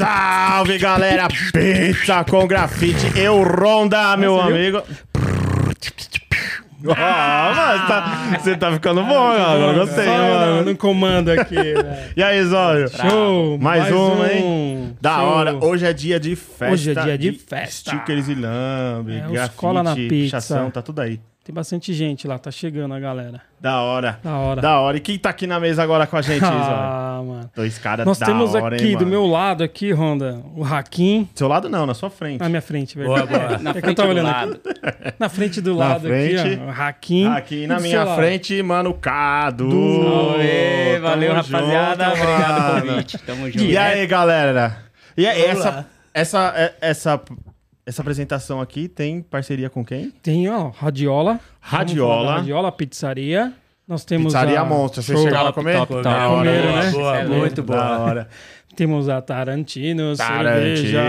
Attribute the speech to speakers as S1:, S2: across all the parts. S1: Salve galera, pizza com grafite, eu ronda, meu amigo. Ah, mas tá- você tá ficando bom, agora gostei.
S2: Só eu
S1: mano.
S2: não, não comando aqui, velho.
S1: E aí, Zóio?
S2: Show!
S1: Mais, uma, hein? Da
S2: um, Show.
S1: hora. Hoje é dia de festa.
S2: Hoje é dia de festa.
S1: Stickers e lambe,
S2: É, os
S1: grafite,
S2: cola na pizza.
S1: pichação, tá tudo aí.
S2: Tem bastante gente lá, tá chegando a galera.
S1: Da hora.
S2: Da hora.
S1: Da hora. E quem tá aqui na mesa agora com a gente, Zóio?
S2: Ah, mano.
S1: Dois caras
S2: Nós
S1: da
S2: temos
S1: hora,
S2: aqui,
S1: hein,
S2: do
S1: mano?
S2: meu lado aqui, Ronda, o Hakim.
S1: Seu lado não, na sua frente.
S2: Na minha frente, velho.
S3: Boa,
S2: É
S3: boa. Na
S2: que eu
S3: frente
S2: tava
S3: do
S2: olhando
S3: lado.
S2: aqui. Na frente do
S1: Na
S2: lado aqui,
S1: frente.
S2: ó. o Hakim.
S1: Aqui na
S2: E do
S1: minha
S2: seu lado.
S1: frente, mano, Cadu.
S3: Aê,
S1: Tamo
S3: valeu,
S1: junto,
S3: rapaziada. Obrigado pelo
S1: mano.
S3: convite. Tamo junto.
S1: E aí, galera? E aí,
S3: Vamos
S1: essa,
S3: lá.
S1: essa, é- essa, essa apresentação aqui tem parceria com quem?
S2: Tem, ó, Radiola.
S1: Radiola.
S2: Vamos falar da Radiola, pizzaria. Nós temos
S1: Pizzaria
S2: a...
S1: Monstro. Você
S2: Show.
S1: chegou lá
S3: Top,
S1: comer?
S3: top, top.
S1: Da
S3: Boa,
S1: hora.
S2: Comeram, né?
S3: boa, muito boa.
S1: Da hora.
S2: Temos a Tarantino,
S1: Tarantino.
S2: cerveja.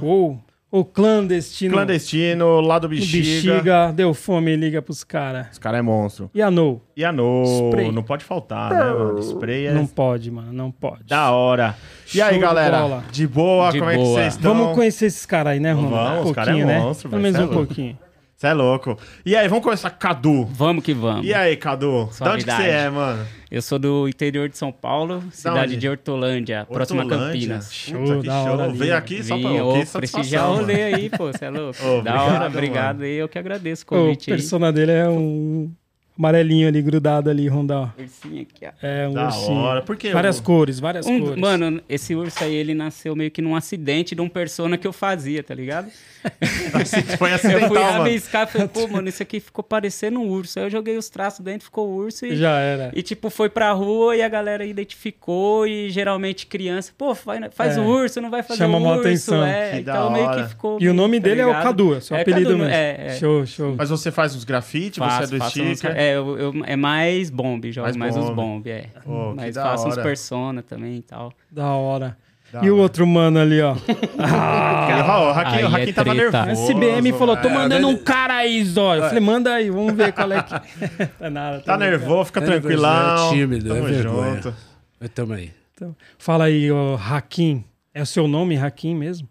S2: Ou o Clandestino.
S1: Clandestino, lado
S2: o
S1: bexiga.
S2: Bexiga. Deu fome, liga pros caras.
S1: Os cara é monstro.
S2: E a No?
S1: E a No,
S2: Spray.
S1: não pode faltar, né, mano? Spray é
S2: Não pode, mano, não pode.
S1: da hora. E
S2: Show
S1: aí,
S2: de
S1: galera?
S2: bola.
S1: De boa?
S3: De
S1: como é que
S3: boa.
S1: vocês estão?
S2: Vamos conhecer esses caras aí, né, Ronda?
S1: Vamos,
S2: um
S1: os cara é
S2: pouquinho, né?
S1: monstro,
S2: Pelo
S1: velho,
S2: menos
S1: cê é
S2: um
S1: louco.
S2: pouquinho.
S1: Você é louco. E aí, vamos começar com Cadu.
S3: Vamos que vamos.
S1: E aí, Cadu? De onde que
S3: Suavidade.
S1: você é, mano?
S3: Eu sou do interior de São Paulo, cidade
S1: onde?
S3: de Hortolândia, próxima a
S1: Hortolândia.
S3: Campinas.
S1: Puta,
S2: Show,
S1: que
S2: da hora
S1: show.
S2: ali,
S1: Veio
S2: né?
S1: aqui só pra
S3: Vim, ô,
S1: que
S3: prestigiar o
S1: satisfação,
S3: rolê aí, pô, você é louco.
S1: Ô,
S3: da hora,
S1: obrigado,
S3: obrigado. E eu que agradeço o
S2: O
S3: convite aí.
S2: persona dele é um amarelinho ali, grudado ali, Ronda. ó.
S3: Ursinho aqui, ó.
S2: É um
S1: Da
S2: ursinho.
S1: hora. Por que
S2: Várias
S1: o-
S2: cores, várias
S3: Um-
S2: cores.
S3: mano, esse urso aí, ele nasceu meio que num acidente de um persona que eu fazia, tá ligado?
S1: mano. Foi
S3: Eu fui
S1: acidental, mano.
S3: rabiscar, falei, pô, mano, isso aqui ficou parecendo um urso. Aí eu joguei os traços dentro, ficou urso e...
S2: Já era.
S3: E, tipo, foi pra rua e a galera identificou e geralmente criança, pô, faz, faz
S2: É.
S3: o urso, não vai fazer
S2: Chama
S3: o
S2: mó
S3: urso.
S2: atenção.
S3: É,
S1: Que da
S3: então meio
S1: hora.
S3: que ficou...
S2: E o nome
S3: tá
S2: dele é o
S3: ligado?
S2: Cadu, é seu
S3: É
S2: apelido
S3: Cadu,
S2: mesmo.
S3: É, é.
S2: Show, show.
S1: Mas você faz uns grafites,
S3: Faço,
S1: você é do
S3: faço uns-
S1: sticker.
S3: é, eu- eu- é mais bombe, jogo
S1: Mais
S3: mais,
S1: bombe.
S3: uns bombe, é.
S1: Pô, que
S3: Mas
S1: da
S3: faço uns
S1: hora.
S3: persona também e tal.
S2: Da hora.
S1: Da
S2: e o
S1: hora.
S2: outro mano ali, ó.
S1: Ah, o Raquin,
S3: aí
S1: o
S3: é
S1: Raquin tava
S3: treta.
S1: nervoso.
S2: SBM falou, tô
S1: velho.
S2: mandando um cara aí, Zó. Eu
S1: É.
S2: falei, manda aí, vamos ver qual é que... tá nada.
S1: Tá
S2: bem, cara.
S1: nervoso, fica
S4: É
S1: tranquilão.
S4: vergonha, é tímido, é
S1: Tamo
S4: vergonha.
S1: junto.
S4: Mas tamo aí.
S2: Então, fala aí, ô, Hakim. É o seu nome, Hakim, mesmo?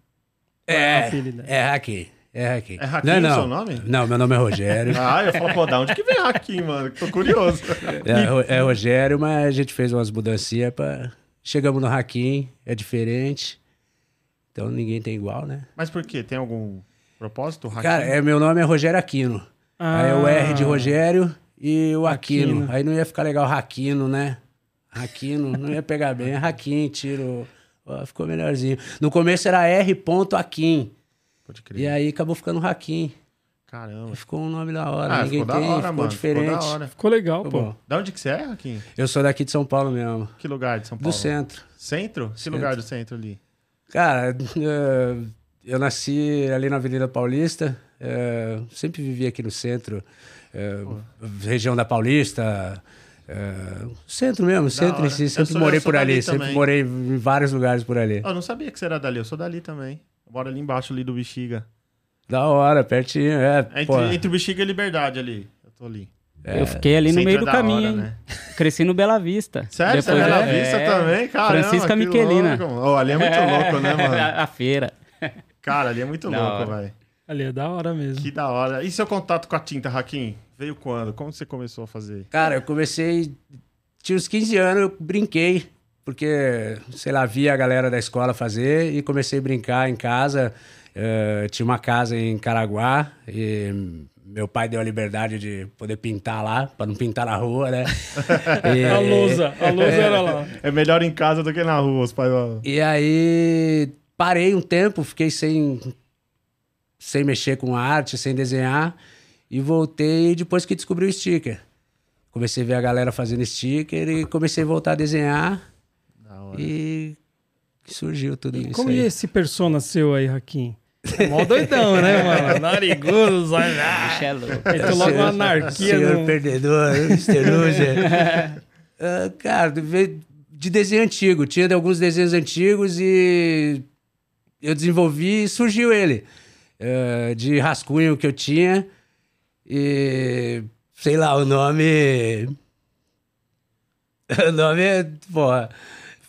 S4: É,
S2: apelido? né?
S4: é Haki. É Haki.
S1: É Haki
S4: não,
S1: o
S4: não.
S1: seu nome?
S4: Não, meu nome é Rogério.
S1: Ah, eu falo, pô, da onde que vem Raquin, mano? Tô curioso.
S4: é, Ro- é Rogério, mas a gente fez umas mudancinhas pra... Chegamos no Hakim, é diferente. Então ninguém tem igual, né?
S1: Mas por quê? Tem algum propósito, Raquin?
S4: Cara, é, meu nome é Rogério Aquino. Aí é o R de
S2: Ah.
S4: Rogério e o Aquino.
S2: Aquino.
S4: Aí não ia ficar legal Raquino, né? Raquino, não ia pegar bem. Raquim, tiro. Ó, ficou melhorzinho. No começo era R. Aquim.
S1: Pode crer.
S4: E aí acabou ficando Raquim.
S1: Caramba.
S4: Ficou um nome da hora.
S1: Ah,
S4: Ninguém
S1: ficou da
S4: tem,
S1: hora,
S4: ficou
S1: mano.
S4: diferente.
S1: Ficou da hora.
S2: Ficou legal,
S4: Ficou
S2: pô.
S4: bom.
S1: Da onde que você é, Raquin?
S4: Eu sou daqui de São Paulo mesmo.
S1: Que lugar de São
S4: Do
S1: Paulo?
S4: centro.
S1: Centro? Que lugar do centro ali?
S4: Cara, eh, eu nasci ali na Avenida Paulista. eh, sempre vivi aqui no centro. eh, região da Paulista. eh, centro mesmo, centro
S1: hora.
S4: em si.
S1: Eu
S4: Sempre
S1: sou- eu
S4: morei
S1: sou
S4: por ali.
S1: dali
S4: Sempre
S1: também.
S4: morei em vários lugares por ali.
S1: Ah, Eu não sabia que você era dali, eu sou dali também. Eu moro ali embaixo, ali do Bexiga.
S4: Da hora, pertinho. É,
S1: É
S4: pô.
S1: Entre, entre o Bexiga e Liberdade ali. Eu tô ali.
S3: Eu fiquei ali no
S1: Centro
S3: meio
S1: é
S3: do
S1: da
S3: caminho,
S1: hora,
S3: hein?
S1: né?
S3: Cresci no Bela Vista.
S1: Sério? Você é
S3: Depois-
S1: Bela
S3: é,
S1: Vista também? Caramba,
S3: Francisca
S1: que
S3: Miquelina.
S1: louco, mano. Ô, ali é muito louco, né, mano?
S3: a feira.
S1: Cara, ali é muito
S3: Da
S1: louco,
S3: hora.
S1: velho.
S2: Ali é da hora mesmo.
S1: Que da hora. E seu contato com a tinta, Hakim? Veio quando? Como você começou a fazer?
S4: Cara, eu comecei. Tinha uns 15 anos, eu brinquei, porque, sei lá, via a galera da escola fazer e comecei a brincar em casa. Eh, tinha uma casa em Caraguá e meu pai deu a liberdade de poder pintar lá, pra não pintar na rua, né? E-
S2: A lousa, a lousa era lá.
S1: É melhor em casa do que na rua, os pais.
S4: E aí parei um tempo, fiquei sem, sem mexer com arte, sem desenhar, e voltei depois que descobri o sticker. Comecei a ver a galera fazendo sticker e comecei a voltar a desenhar
S1: Da hora.
S4: e surgiu tudo isso.
S2: Como
S4: aí.
S2: é esse persona seu aí, Hakim? É Mó doidão, né, mano? Narigudo, zóio.
S1: Ah.
S3: Bicho é louco.
S2: Então logo uma anarquia.
S4: Senhor
S2: No...
S4: perdedor, Mr. Loser. Ah, cara, veio de desenho antigo. Tinha de alguns desenhos antigos e eu desenvolvi e surgiu ele. Ah, de rascunho que eu tinha. E sei lá, o nome. O nome é. Porra,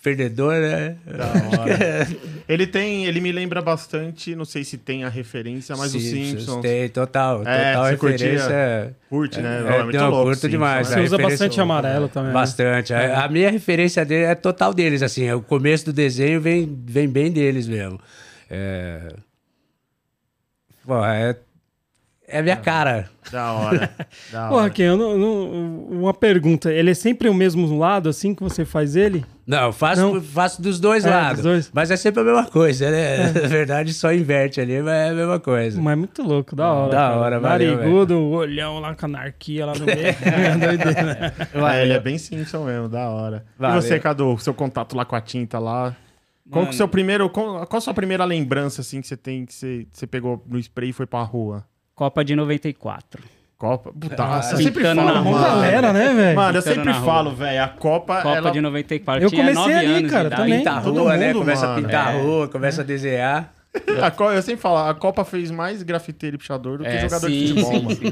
S4: perdedor, né?
S1: Da hora. Ele tem. Ele me lembra bastante, não sei se tem a referência, mas os É Simpsons.
S4: Tem, total. Total
S1: É, você curtia?
S4: referência.
S1: Curte, né?
S4: É,
S1: Não, muito
S4: não,
S1: louco,
S4: curto
S1: Simpsons,
S4: demais,
S1: né?
S2: Você usa
S4: referência
S2: bastante
S4: ao-
S2: amarelo também. né?
S4: Bastante. A, a minha referência dele é total deles, assim. é O começo do desenho vem, vem bem deles mesmo. É... Pô, é... É a minha cara.
S1: Da hora. Da
S2: Porra,
S1: hora.
S2: Raquel, eu não- não- uma pergunta. Ele é sempre o mesmo lado, assim, que você faz ele?
S4: Não, eu faço,
S2: Não.
S4: faço dos dois
S2: É,
S4: lados.
S2: dos dois.
S4: Mas é sempre a mesma coisa, né? Na verdade, só inverte ali, mas é a mesma coisa.
S2: Mas é muito louco, da hora.
S4: Da
S2: cara.
S4: hora, valeu,
S2: Narigudo, o olhão lá com a anarquia lá no meio. É doideira.
S1: É, ele é bem Simpson mesmo, da hora.
S4: Valeu.
S1: E você, Cadu, seu contato lá com a tinta lá? Qual que é o seu primeiro. Qual, qual a sua primeira lembrança, assim, que você tem, que você, você pegou no spray e foi pra rua?
S3: Copa de 94.
S1: Copa. Putaça.
S3: Ah,
S1: eu sempre
S3: pintando
S1: falo,
S3: na
S2: Uma
S3: rua.
S1: mano.
S2: galera, né, velho?
S1: Mano, eu
S3: Pintando
S1: sempre
S3: na rua.
S1: falo, velho. A Copa.
S3: Copa
S1: Ah, ela... Então,
S3: de 94.
S2: Eu
S3: tinha
S2: comecei
S3: nove
S2: ali,
S3: anos de
S2: cara,
S3: idade.
S2: também.
S4: Pinta a
S1: Todo
S4: rua, né?
S1: mundo,
S4: Começa a
S1: mano.
S4: pintar a
S3: É.
S4: rua, começa a desenhar.
S1: a co- Eu sempre falo, a Copa fez mais grafiteiro e pichador do que
S3: É,
S1: jogador
S3: sim,
S1: de futebol,
S3: sim,
S1: mano.
S3: sim.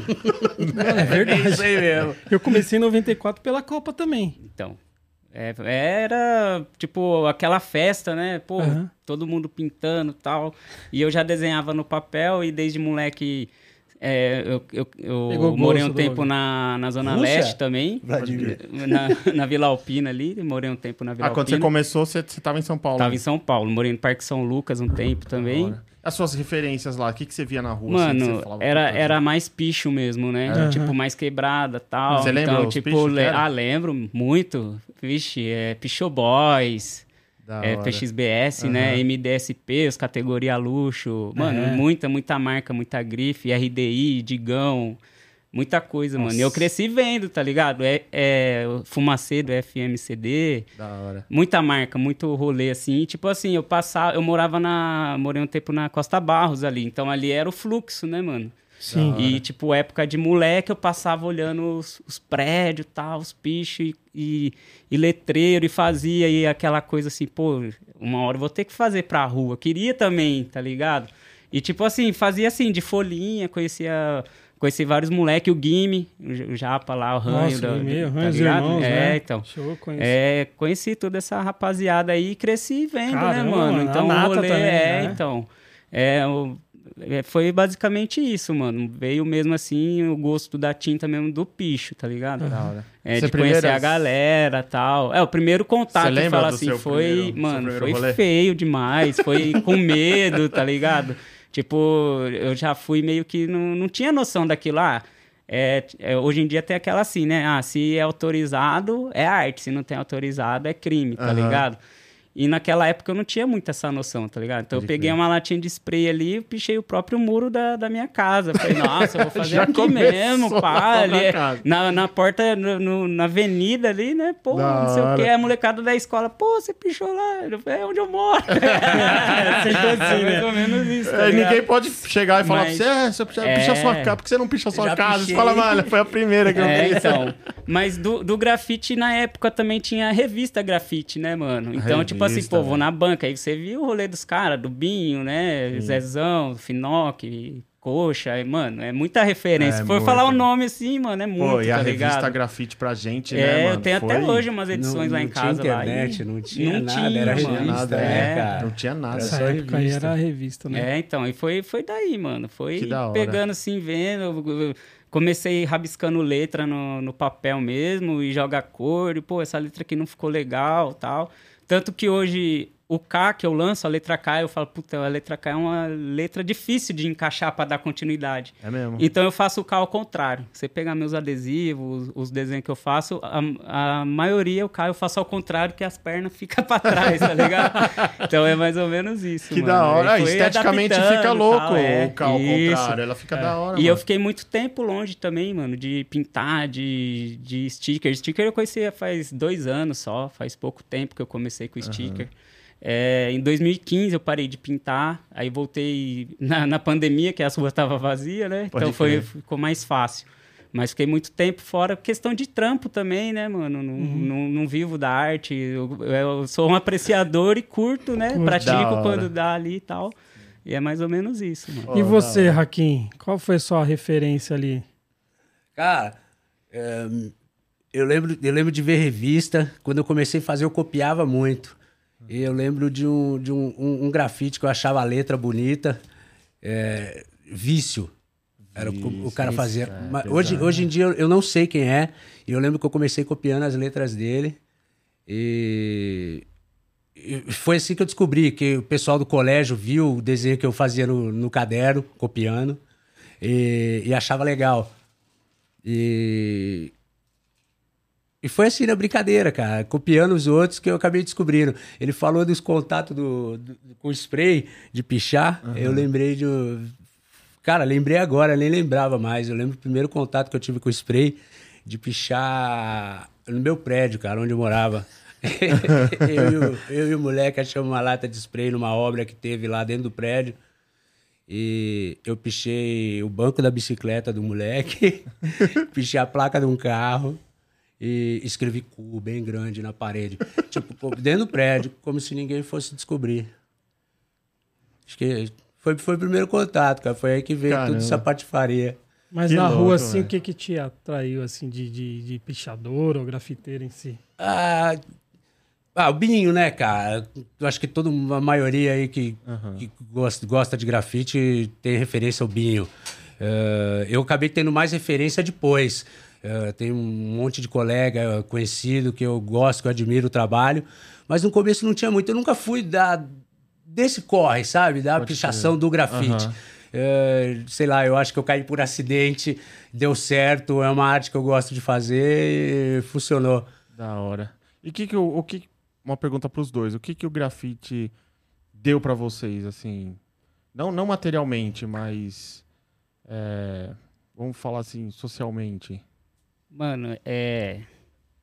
S2: É
S4: É
S2: verdade.
S4: isso aí mesmo.
S2: Eu comecei em 94 pela Copa também.
S3: Então. é, era tipo aquela festa, né? Pô,
S2: Aham.
S3: todo mundo pintando e tal. E eu já desenhava no papel e desde moleque. é, eu eu, eu
S2: Pegou
S3: morei
S2: gosto do-
S3: um tempo na, na Zona
S4: Rússia?
S3: Leste também. Na, na Vila Alpina ali. Morei um tempo na Vila
S1: Ah, quando você
S3: Alpina.
S1: começou, você, você tava em São Paulo.
S3: Tava
S1: né?
S3: em São Paulo, morei no Parque São Lucas um tempo também.
S1: As suas referências lá, o que, que você via na rua? assim, que
S3: Mano,
S1: você falava,
S3: era,
S1: "Puta,
S3: era mais picho mesmo, né?
S2: É.
S3: Tipo, mais quebrada tal.
S1: Você lembra
S3: então,
S1: os
S3: tipo,
S1: pichos que
S3: le-
S1: era?
S3: ah, lembro muito. Vixe, é Picho Boys,
S1: da
S3: é,
S1: hora."
S3: PXBS, né? MDSP, os categoria luxo. Mano,
S2: É.
S3: muita, muita marca, muita grife, RDI, Digão. Muita coisa, mano. E eu cresci vendo, tá ligado? É, é Fumacedo, FMCD.
S1: Da hora.
S3: Muita marca, muito rolê, assim. E, tipo assim, eu passava, eu morava na. Morei um tempo na Costa Barros ali. Então ali era o fluxo, né, mano?
S2: Sim.
S3: E, tipo, época de moleque, eu passava olhando os, os prédios tal, os bichos e, e, e letreiro e fazia. E aquela coisa assim, pô, uma hora eu vou ter que fazer pra rua. Queria também, tá ligado? E, tipo assim, fazia assim, de folhinha, conhecia. Conheci vários moleque, o Guime, o J- o Japa lá, o Ranho.
S2: Nossa,
S3: da-
S2: o Guime, o
S3: tá
S2: Ranho, os
S3: ligado?
S2: irmãos,
S3: É,
S2: né?
S3: então.
S2: Show, conheci.
S3: É, conheci toda essa rapaziada aí e cresci vendo,
S2: Caramba,
S3: né, mano?
S2: mano, a
S3: Então,
S2: nata
S3: o rolê
S2: também,
S3: é,
S2: né?
S3: então. É, o- é, foi basicamente isso, mano. Veio mesmo assim o gosto da tinta mesmo do picho, tá ligado?
S1: Da hora.
S3: É,
S1: Você
S3: de conhecer
S1: primeira-
S3: a galera tal. É, o primeiro
S1: Você
S3: contato,
S1: lembra
S3: fala
S1: do
S3: assim,
S1: seu
S3: foi,
S1: primeiro- seu
S3: mano,
S1: primeiro
S3: foi
S1: rolê?
S3: feio demais, foi com medo, tá ligado? Tipo, eu já fui meio que não, não tinha noção daquilo lá. É, é, hoje em dia tem aquela assim, né? Ah, se é autorizado, é arte, se não tem autorizado, é crime, tá
S1: Aham.
S3: ligado? E naquela época eu não tinha muito essa noção, tá ligado? Então eu
S1: Pode
S3: peguei
S1: crer.
S3: uma latinha de spray ali e pichei o próprio muro da, da minha casa. Falei, nossa, eu vou fazer
S1: Já
S3: aqui
S1: começou
S3: mesmo,
S1: lá
S3: pá.
S1: na
S3: Ali, é-
S1: casa.
S3: na, na porta, no- no- na avenida ali, né? Pô,
S1: Da
S3: não sei o quê.
S1: hora.
S3: A molecada da escola, pô, você pichou lá. Eu falei, É onde eu moro.
S2: Sempre assim, né?
S3: Mais ou menos isso. tá
S1: É,
S3: ligado?
S1: ninguém pode chegar e falar
S3: Mas-
S1: pra você, é, você picha,
S3: É.
S1: picha sua casa, por que você não picha sua
S4: Já
S1: casa?
S4: pichei.
S1: Você fala, mano, foi a primeira que eu
S3: É,
S1: vi.
S3: então. Mas do, do grafite, na época, também tinha a revista grafite, né, mano? Então, tipo assim,
S1: revista,
S3: pô, vou
S1: velho.
S3: na banca. Aí você viu o rolê dos caras, do Binho, né? Zezão, Finoc, Coxa. aí, mano, é muita referência.
S1: É,
S3: Se for falar o
S1: muita.
S3: nome assim, mano, é muito,
S1: Pô, e a
S3: tá
S1: revista
S3: ligado?
S1: grafite pra gente,
S3: é,
S1: né, mano?
S3: eu tenho até
S1: Foi-
S3: hoje umas edições
S4: Não-
S3: lá em
S4: não tinha
S3: casa. lá,
S4: internet,
S3: e-
S4: não tinha nada,
S3: tinha,
S4: era
S1: Não tinha
S3: mano.
S1: nada,
S4: né,
S1: é,
S4: cara?
S1: Não tinha nada.
S4: Era
S2: Essa
S4: só
S2: época aí
S4: revista.
S2: era a revista, né?
S3: É, então, e foi, foi daí, mano. Foi
S1: Que da hora.
S3: pegando assim, vendo. eu- eu Comecei rabiscando letra no, no papel mesmo e joga cor. E, pô, essa letra aqui não ficou legal tal. Tanto que hoje o K que eu lanço, a letra K, eu falo, puta, a letra K é uma letra difícil de encaixar pra dar continuidade.
S1: É mesmo.
S3: Então eu faço o K ao contrário. Você pegar meus adesivos, os, os desenhos que eu faço, a, a maioria o K eu faço ao contrário, que as pernas ficam pra trás, tá ligado? então é mais ou menos isso.
S1: Que
S3: mano.
S1: da hora.
S3: Aí
S1: Ah,
S3: foi
S1: Esteticamente
S3: adaptando e
S1: fica
S3: tal,
S1: louco
S3: é.
S1: o carro ao
S3: Isso. É.
S1: contrário. Ela fica da hora,
S3: E eu
S1: mano.
S3: fiquei muito tempo longe também, mano, de pintar, de, de sticker. Sticker eu conheci faz dois anos só, faz pouco tempo que eu comecei com sticker. É, em 2015 eu parei de pintar, aí voltei na, na pandemia, que as ruas estavam vazias, né?
S1: Pode
S3: então foi,
S1: crer.
S3: ficou mais fácil. Mas fiquei muito tempo fora, questão de trampo também, né, mano? Não,
S1: Uhum.
S3: não, não vivo da arte, eu, eu sou um apreciador e curto, né?
S2: Curto.
S1: Da
S3: Pratico
S1: hora.
S3: quando dá ali e tal. E é mais ou menos isso, mano.
S2: E
S1: Pô,
S2: você, Hakim? Qual foi a sua referência ali?
S4: Cara, é, eu, lembro, eu lembro de ver revista. Quando eu comecei a fazer, eu copiava muito. E eu lembro de um, de um, um, um grafite que eu achava a letra bonita. é, vício. Era o, que o cara
S5: Vício,
S4: fazia.
S5: é,
S4: Mas hoje,
S5: pesado.
S4: hoje em dia eu, eu não sei quem é. E eu lembro que eu comecei copiando as letras dele. E e foi assim que eu descobri que o pessoal do colégio viu o desenho que eu fazia no, no caderno, copiando, e, e achava legal. E, e foi assim na brincadeira, cara, copiando os outros que eu acabei descobrindo. Ele falou dos contatos do, do- do- com spray de pichar, eu lembrei de. um- Cara, lembrei agora, nem lembrava mais. Eu lembro o primeiro contato que eu tive com spray de pichar no meu prédio, cara, onde eu morava. eu, e o, eu e o moleque achamos uma lata de spray numa obra que teve lá dentro do prédio. E eu pichei o banco da bicicleta do moleque, pichei a placa de um carro e escrevi cu bem grande na parede. tipo, co- dentro do prédio, como se ninguém fosse descobrir. Acho que foi, foi o primeiro contato, cara. Foi aí que veio
S1: Caramba.
S4: tudo essa patifaria.
S2: Mas
S1: Que
S2: na
S1: louco,
S2: rua, assim,
S1: velho.
S2: o que que te atraiu, assim, de, de, de pichador ou grafiteiro em si?
S4: Ah, ah, o Binho, né, cara? Eu acho que toda uma maioria aí que, que gosta, gosta de grafite tem referência ao Binho. Eh, eu acabei tendo mais referência depois. Eh, tem um monte de colega conhecido que eu gosto, que eu admiro o trabalho. Mas no começo não tinha muito. Eu nunca fui da, desse corre, sabe? Da pichação do grafite.
S1: Aham.
S4: Eh, sei lá, eu acho que eu caí por acidente, deu certo, é uma arte que eu gosto de fazer e funcionou.
S1: Da hora. E que que o, o que uma pergunta pros dois. O que que o grafite deu pra vocês assim? Não não materialmente, mas é, vamos falar assim, socialmente.
S3: Mano, é.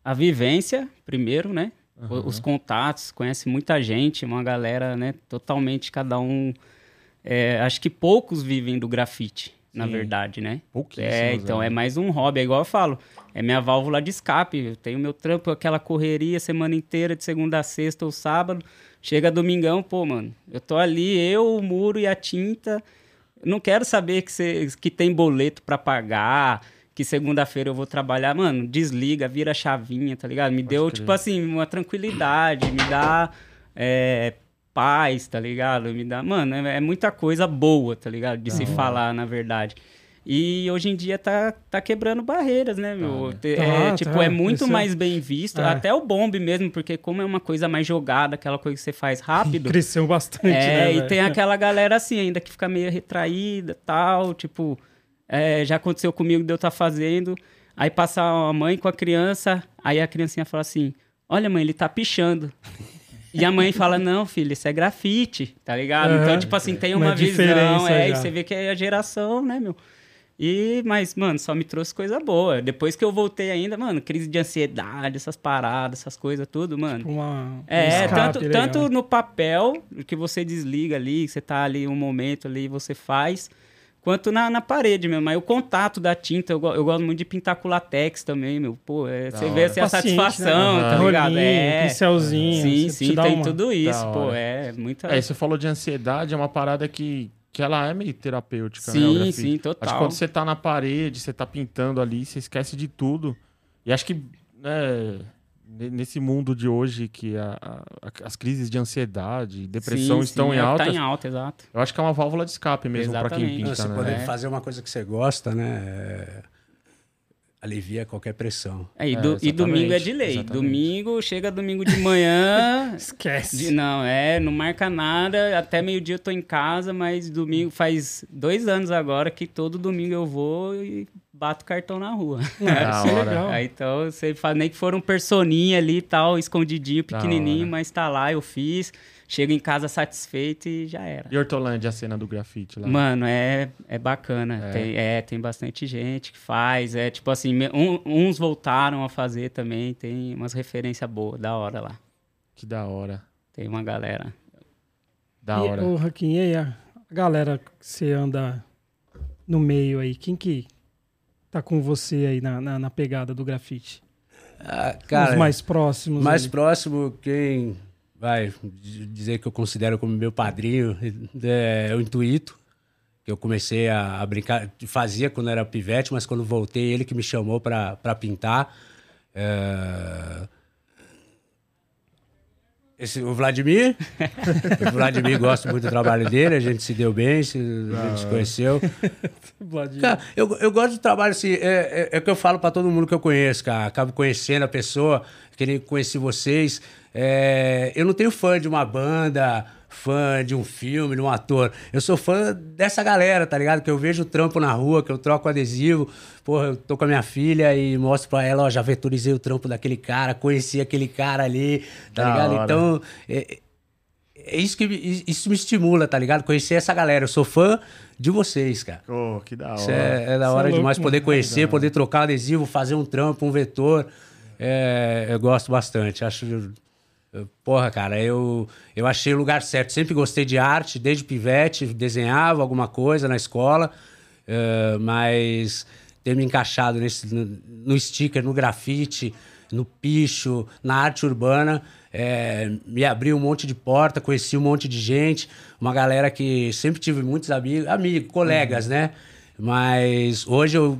S3: A vivência, primeiro, né? O-
S1: Aham.
S3: Os contatos, conhece muita gente, uma galera, né? Totalmente cada um. é, acho que poucos vivem do grafite, na
S1: Sim.
S3: verdade, né?
S1: Pouquíssimos.
S3: É, então,
S1: né?
S3: é mais um hobby. É igual eu falo, é minha válvula de escape. Eu tenho meu trampo, aquela correria semana inteira, de segunda a sexta ou sábado. Chega domingão, pô, mano, eu tô ali, eu, o muro e a tinta. Não quero saber que, cê- que tem boleto pra pagar, que segunda-feira eu vou trabalhar. Mano, desliga, vira a chavinha, tá ligado? Me deu,
S1: crer.
S3: tipo assim, uma tranquilidade, me dá é, paz, tá ligado? Me dá. Mano, é, é muita coisa boa, tá ligado? De se falar, na verdade. E hoje em dia tá, tá quebrando barreiras, né, meu? Te-
S2: Tá,
S3: é,
S2: tá,
S3: tipo, é muito
S2: cresceu.
S3: mais bem visto.
S2: É.
S3: Até o bombe mesmo, porque como é uma coisa mais jogada, aquela coisa que você faz rápido.
S2: Cresceu bastante,
S3: É,
S2: né,
S3: e
S2: velho?
S3: tem aquela galera assim ainda que fica meio retraída tal, tipo, é, já aconteceu comigo de eu estar fazendo, aí passa a mãe com a criança, aí a criancinha fala assim, olha mãe, ele tá pichando. E a mãe fala, não, filho, isso é grafite, tá ligado?
S2: Aham.
S3: Então, tipo assim, tem
S2: Uma
S3: uma, visão,
S2: diferença
S3: é,
S2: já.
S3: e você vê que é a geração, né, meu? E, mas, mano, só me trouxe coisa boa. Depois que eu voltei ainda, mano, crise de ansiedade, essas paradas, essas coisas, tudo, mano.
S2: Uma, um
S3: É,
S2: escape
S3: tanto,
S2: legal.
S3: tanto no papel, que você desliga ali, que você tá ali um momento ali, você faz, quanto na, na parede mesmo. Aí o contato da tinta, eu, go- eu gosto muito de pintar com latex também, meu. Pô, é, você vê assim, a
S2: Paciente,
S3: satisfação,
S2: né?
S3: tá ligado?
S2: Rolinho,
S3: É,
S2: pincelzinho.
S3: sim,
S2: você
S3: sim,
S2: te dá
S3: tem
S2: uma-
S3: tudo isso,
S1: Da
S3: pô.
S1: hora.
S3: É, muita...
S1: É, e você falou de ansiedade, é uma parada que, que ela é meio terapêutica, né? o
S3: sim,
S1: grafite.
S3: sim,
S1: Acho
S3: total.
S1: que quando você tá na parede, você tá pintando ali, você esquece de tudo. E acho que né, ne- nesse mundo de hoje que a- a- as crises de ansiedade e depressão
S3: Sim,
S1: estão
S3: sim,
S1: em
S3: é,
S1: alta,
S3: Tá em alta, exato.
S1: eu acho que é uma válvula de escape mesmo pra quem
S3: Exatamente.
S1: pinta,
S3: Não,
S4: Então, Você
S1: né?
S4: poder
S3: É.
S4: fazer uma coisa que você gosta, né? é, Alivia qualquer pressão.
S3: É, e,
S1: É,
S3: do- e domingo é
S1: exatamente,
S3: de lei.
S1: exatamente.
S3: Domingo, chega domingo de manhã,
S2: Esquece.
S3: De- não, é, não marca nada. Até meio-dia eu tô em casa, mas domingo faz dois anos agora que todo domingo eu vou e bato cartão na rua.
S1: Da
S2: isso é
S1: hora.
S2: legal.
S3: Aí, então, você fala, nem que for um personinha ali e tal, escondidinho,
S1: Da
S3: pequenininho,
S1: hora.
S3: mas tá lá, eu fiz. Chego em casa satisfeito e já era.
S1: E Hortolândia, a cena do grafite lá.
S3: Mano, é, é bacana.
S1: É.
S3: Tem, é, tem bastante gente que faz. É tipo assim, me- um- uns voltaram a fazer também. Tem umas referências boas, da hora lá.
S1: Que da hora.
S3: Tem uma galera.
S1: Da
S2: e,
S1: hora.
S2: Ô, Raquinho, e aí a a galera que você anda no meio aí, quem que tá com você aí na, na, na pegada do grafite?
S4: Ah,
S2: Os
S4: cara, mais,
S2: mais próximos. tipo, ali.
S4: próximo, quem vai d- dizer que eu considero como meu padrinho é o Intuito, que eu comecei a, a brincar, fazia quando era pivete, mas quando voltei, ele que me chamou pra pra pintar. É, Esse, o Vladimir. o Vladimir gosta muito do trabalho dele, a gente se deu bem, se, a gente se conheceu.
S2: Vladimir.
S4: Cara, eu, eu gosto do trabalho, assim, é, é, é o que eu falo pra todo mundo que eu conheço, cara. Acabo conhecendo a pessoa, que nem conheci vocês. É, eu não tenho fã de uma banda, fã de um filme, de um ator. Eu sou fã dessa galera, tá ligado? Que eu vejo o trampo na rua, que eu troco adesivo. Porra, eu tô com a minha filha e mostro pra ela, ó, já vetorizei o trampo daquele cara, conheci aquele cara ali, tá
S1: Da
S4: ligado?
S1: hora.
S4: Então, é- é isso que me- isso me estimula, tá ligado? Conhecer essa galera. Eu sou fã de vocês, cara.
S1: Ô, que da hora.
S4: Isso é, é da
S2: Isso é
S4: hora
S2: louco,
S4: demais
S2: mano.
S4: poder conhecer, poder trocar adesivo, fazer um trampo, um vetor. É, eu gosto bastante. Acho. eu- Porra, cara, eu, eu achei o lugar certo. Sempre gostei de arte, desde pivete, desenhava alguma coisa na escola, é, mas ter me encaixado nesse, no, no sticker, no grafite, no picho, na arte urbana, é, me abriu um monte de porta, conheci um monte de gente, uma galera que sempre tive muitos amigos, amigos colegas, né? Mas hoje eu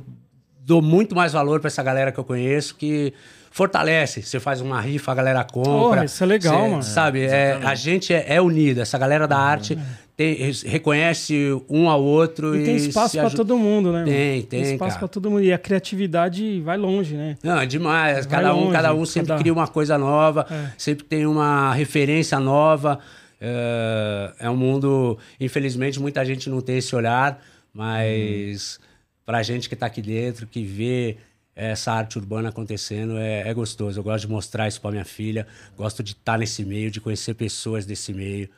S4: dou muito mais valor pra essa galera que eu conheço que fortalece. Você faz uma rifa, a galera compra.
S2: Porra, isso é legal,
S4: Você-
S2: mano. Uhum.
S4: Sabe, é, a gente é, é unida. Essa galera da arte tem- reconhece um ao outro e,
S2: E tem espaço
S4: se
S2: pra
S4: aju-
S2: todo mundo, né?
S4: Tem,
S2: mano?
S4: tem,
S2: espaço
S4: cara.
S2: pra todo mundo. E a criatividade vai longe, né?
S4: Não, é demais.
S2: Vai
S4: Cada um,
S2: longe,
S4: cada um sempre
S2: cada-
S4: cria uma coisa nova,
S2: É.
S4: sempre tem uma referência nova. É, é um mundo, infelizmente, muita gente não tem esse olhar, mas
S2: Uhum.
S4: pra gente que tá aqui dentro, que vê essa arte urbana acontecendo, é, é gostoso. Eu gosto de mostrar isso pra minha filha, gosto de estar nesse meio, de conhecer pessoas desse meio.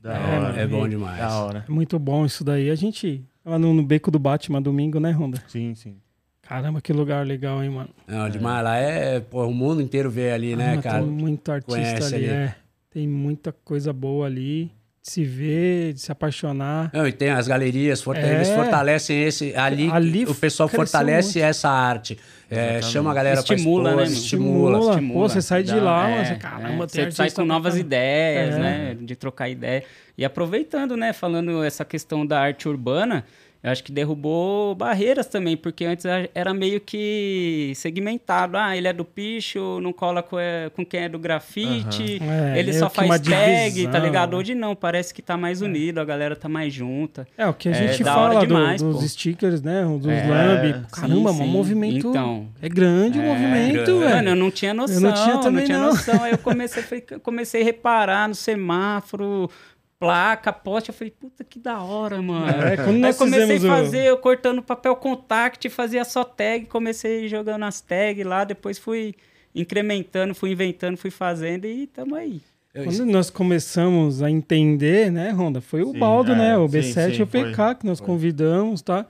S1: Da
S4: É,
S1: hora.
S4: é bom demais.
S1: Da hora.
S2: É muito bom isso daí. A gente lá no, no Beco do Batman domingo, né, Ronda?
S1: Sim, sim.
S2: Caramba, que lugar legal, hein, mano?
S4: Não, demais. Lá é, pô, o mundo inteiro vê ali,
S2: Ah,
S4: né,
S2: mas
S4: cara?
S2: Tem muito artista
S4: Conhece
S2: ali,
S4: ali.
S2: é. Tem muita coisa boa ali. De se ver, de se apaixonar.
S4: Não, e tem as galerias, forta-
S2: É.
S4: eles fortalecem esse. Ali,
S2: Ali
S4: o pessoal
S2: cresceu
S4: fortalece
S2: muito.
S4: essa arte. É,
S1: Exatamente.
S4: chama a galera
S3: Estimula,
S4: pra
S3: né,
S4: expor,
S3: mano?
S4: estimula.
S2: Pô,
S3: estimula.
S2: você sai de
S1: Dá-
S2: lá,
S3: É,
S2: mano, você, caramba,
S3: é.
S2: tem
S3: Você sai
S2: artista
S3: com
S2: pra
S3: novas
S2: caramba.
S3: ideias,
S2: É.
S3: né? De trocar ideia. E aproveitando, né? Falando essa questão da arte urbana, eu acho que derrubou barreiras também, porque antes a- era meio que segmentado. Ah, ele é do picho, não cola co- é- com quem é do grafite,
S2: É,
S3: ele
S2: meio
S3: só
S2: que uma
S3: faz tag, tá
S2: divisão,
S3: ligado?
S2: né?
S3: Hoje não, parece que tá mais unido, a galera tá mais junta.
S2: É, o que a
S3: É,
S2: gente
S3: da hora
S2: fala do-
S3: demais,
S2: dos
S3: pô.
S2: stickers, né? Dos
S1: É,
S2: lamb. Caramba,
S3: sim,
S2: um
S3: sim.
S2: movimento.
S3: Então.
S2: É grande o movimento,
S4: grande.
S2: velho.
S3: Mano, eu não tinha noção.
S2: É. Eu não tinha também, não.
S3: noção. Aí eu comecei, falei, comecei a reparar no semáforo, placa, poste. Eu falei, puta que da hora, mano.
S2: É, quando nós
S3: Aí comecei a
S2: fizemos o-
S3: fazer, eu cortando papel contact, fazia só tag, comecei jogando as tags lá, depois fui incrementando, fui inventando, fui fazendo e tamo aí.
S4: Eu-
S2: Quando nós começamos a entender, né, Ronda? Foi o
S1: Sim,
S2: Baldo,
S1: é,
S2: né? O
S1: sim,
S2: B7 e
S1: sim,
S2: o PK
S1: foi,
S2: que nós
S1: foi.
S2: convidamos, tá?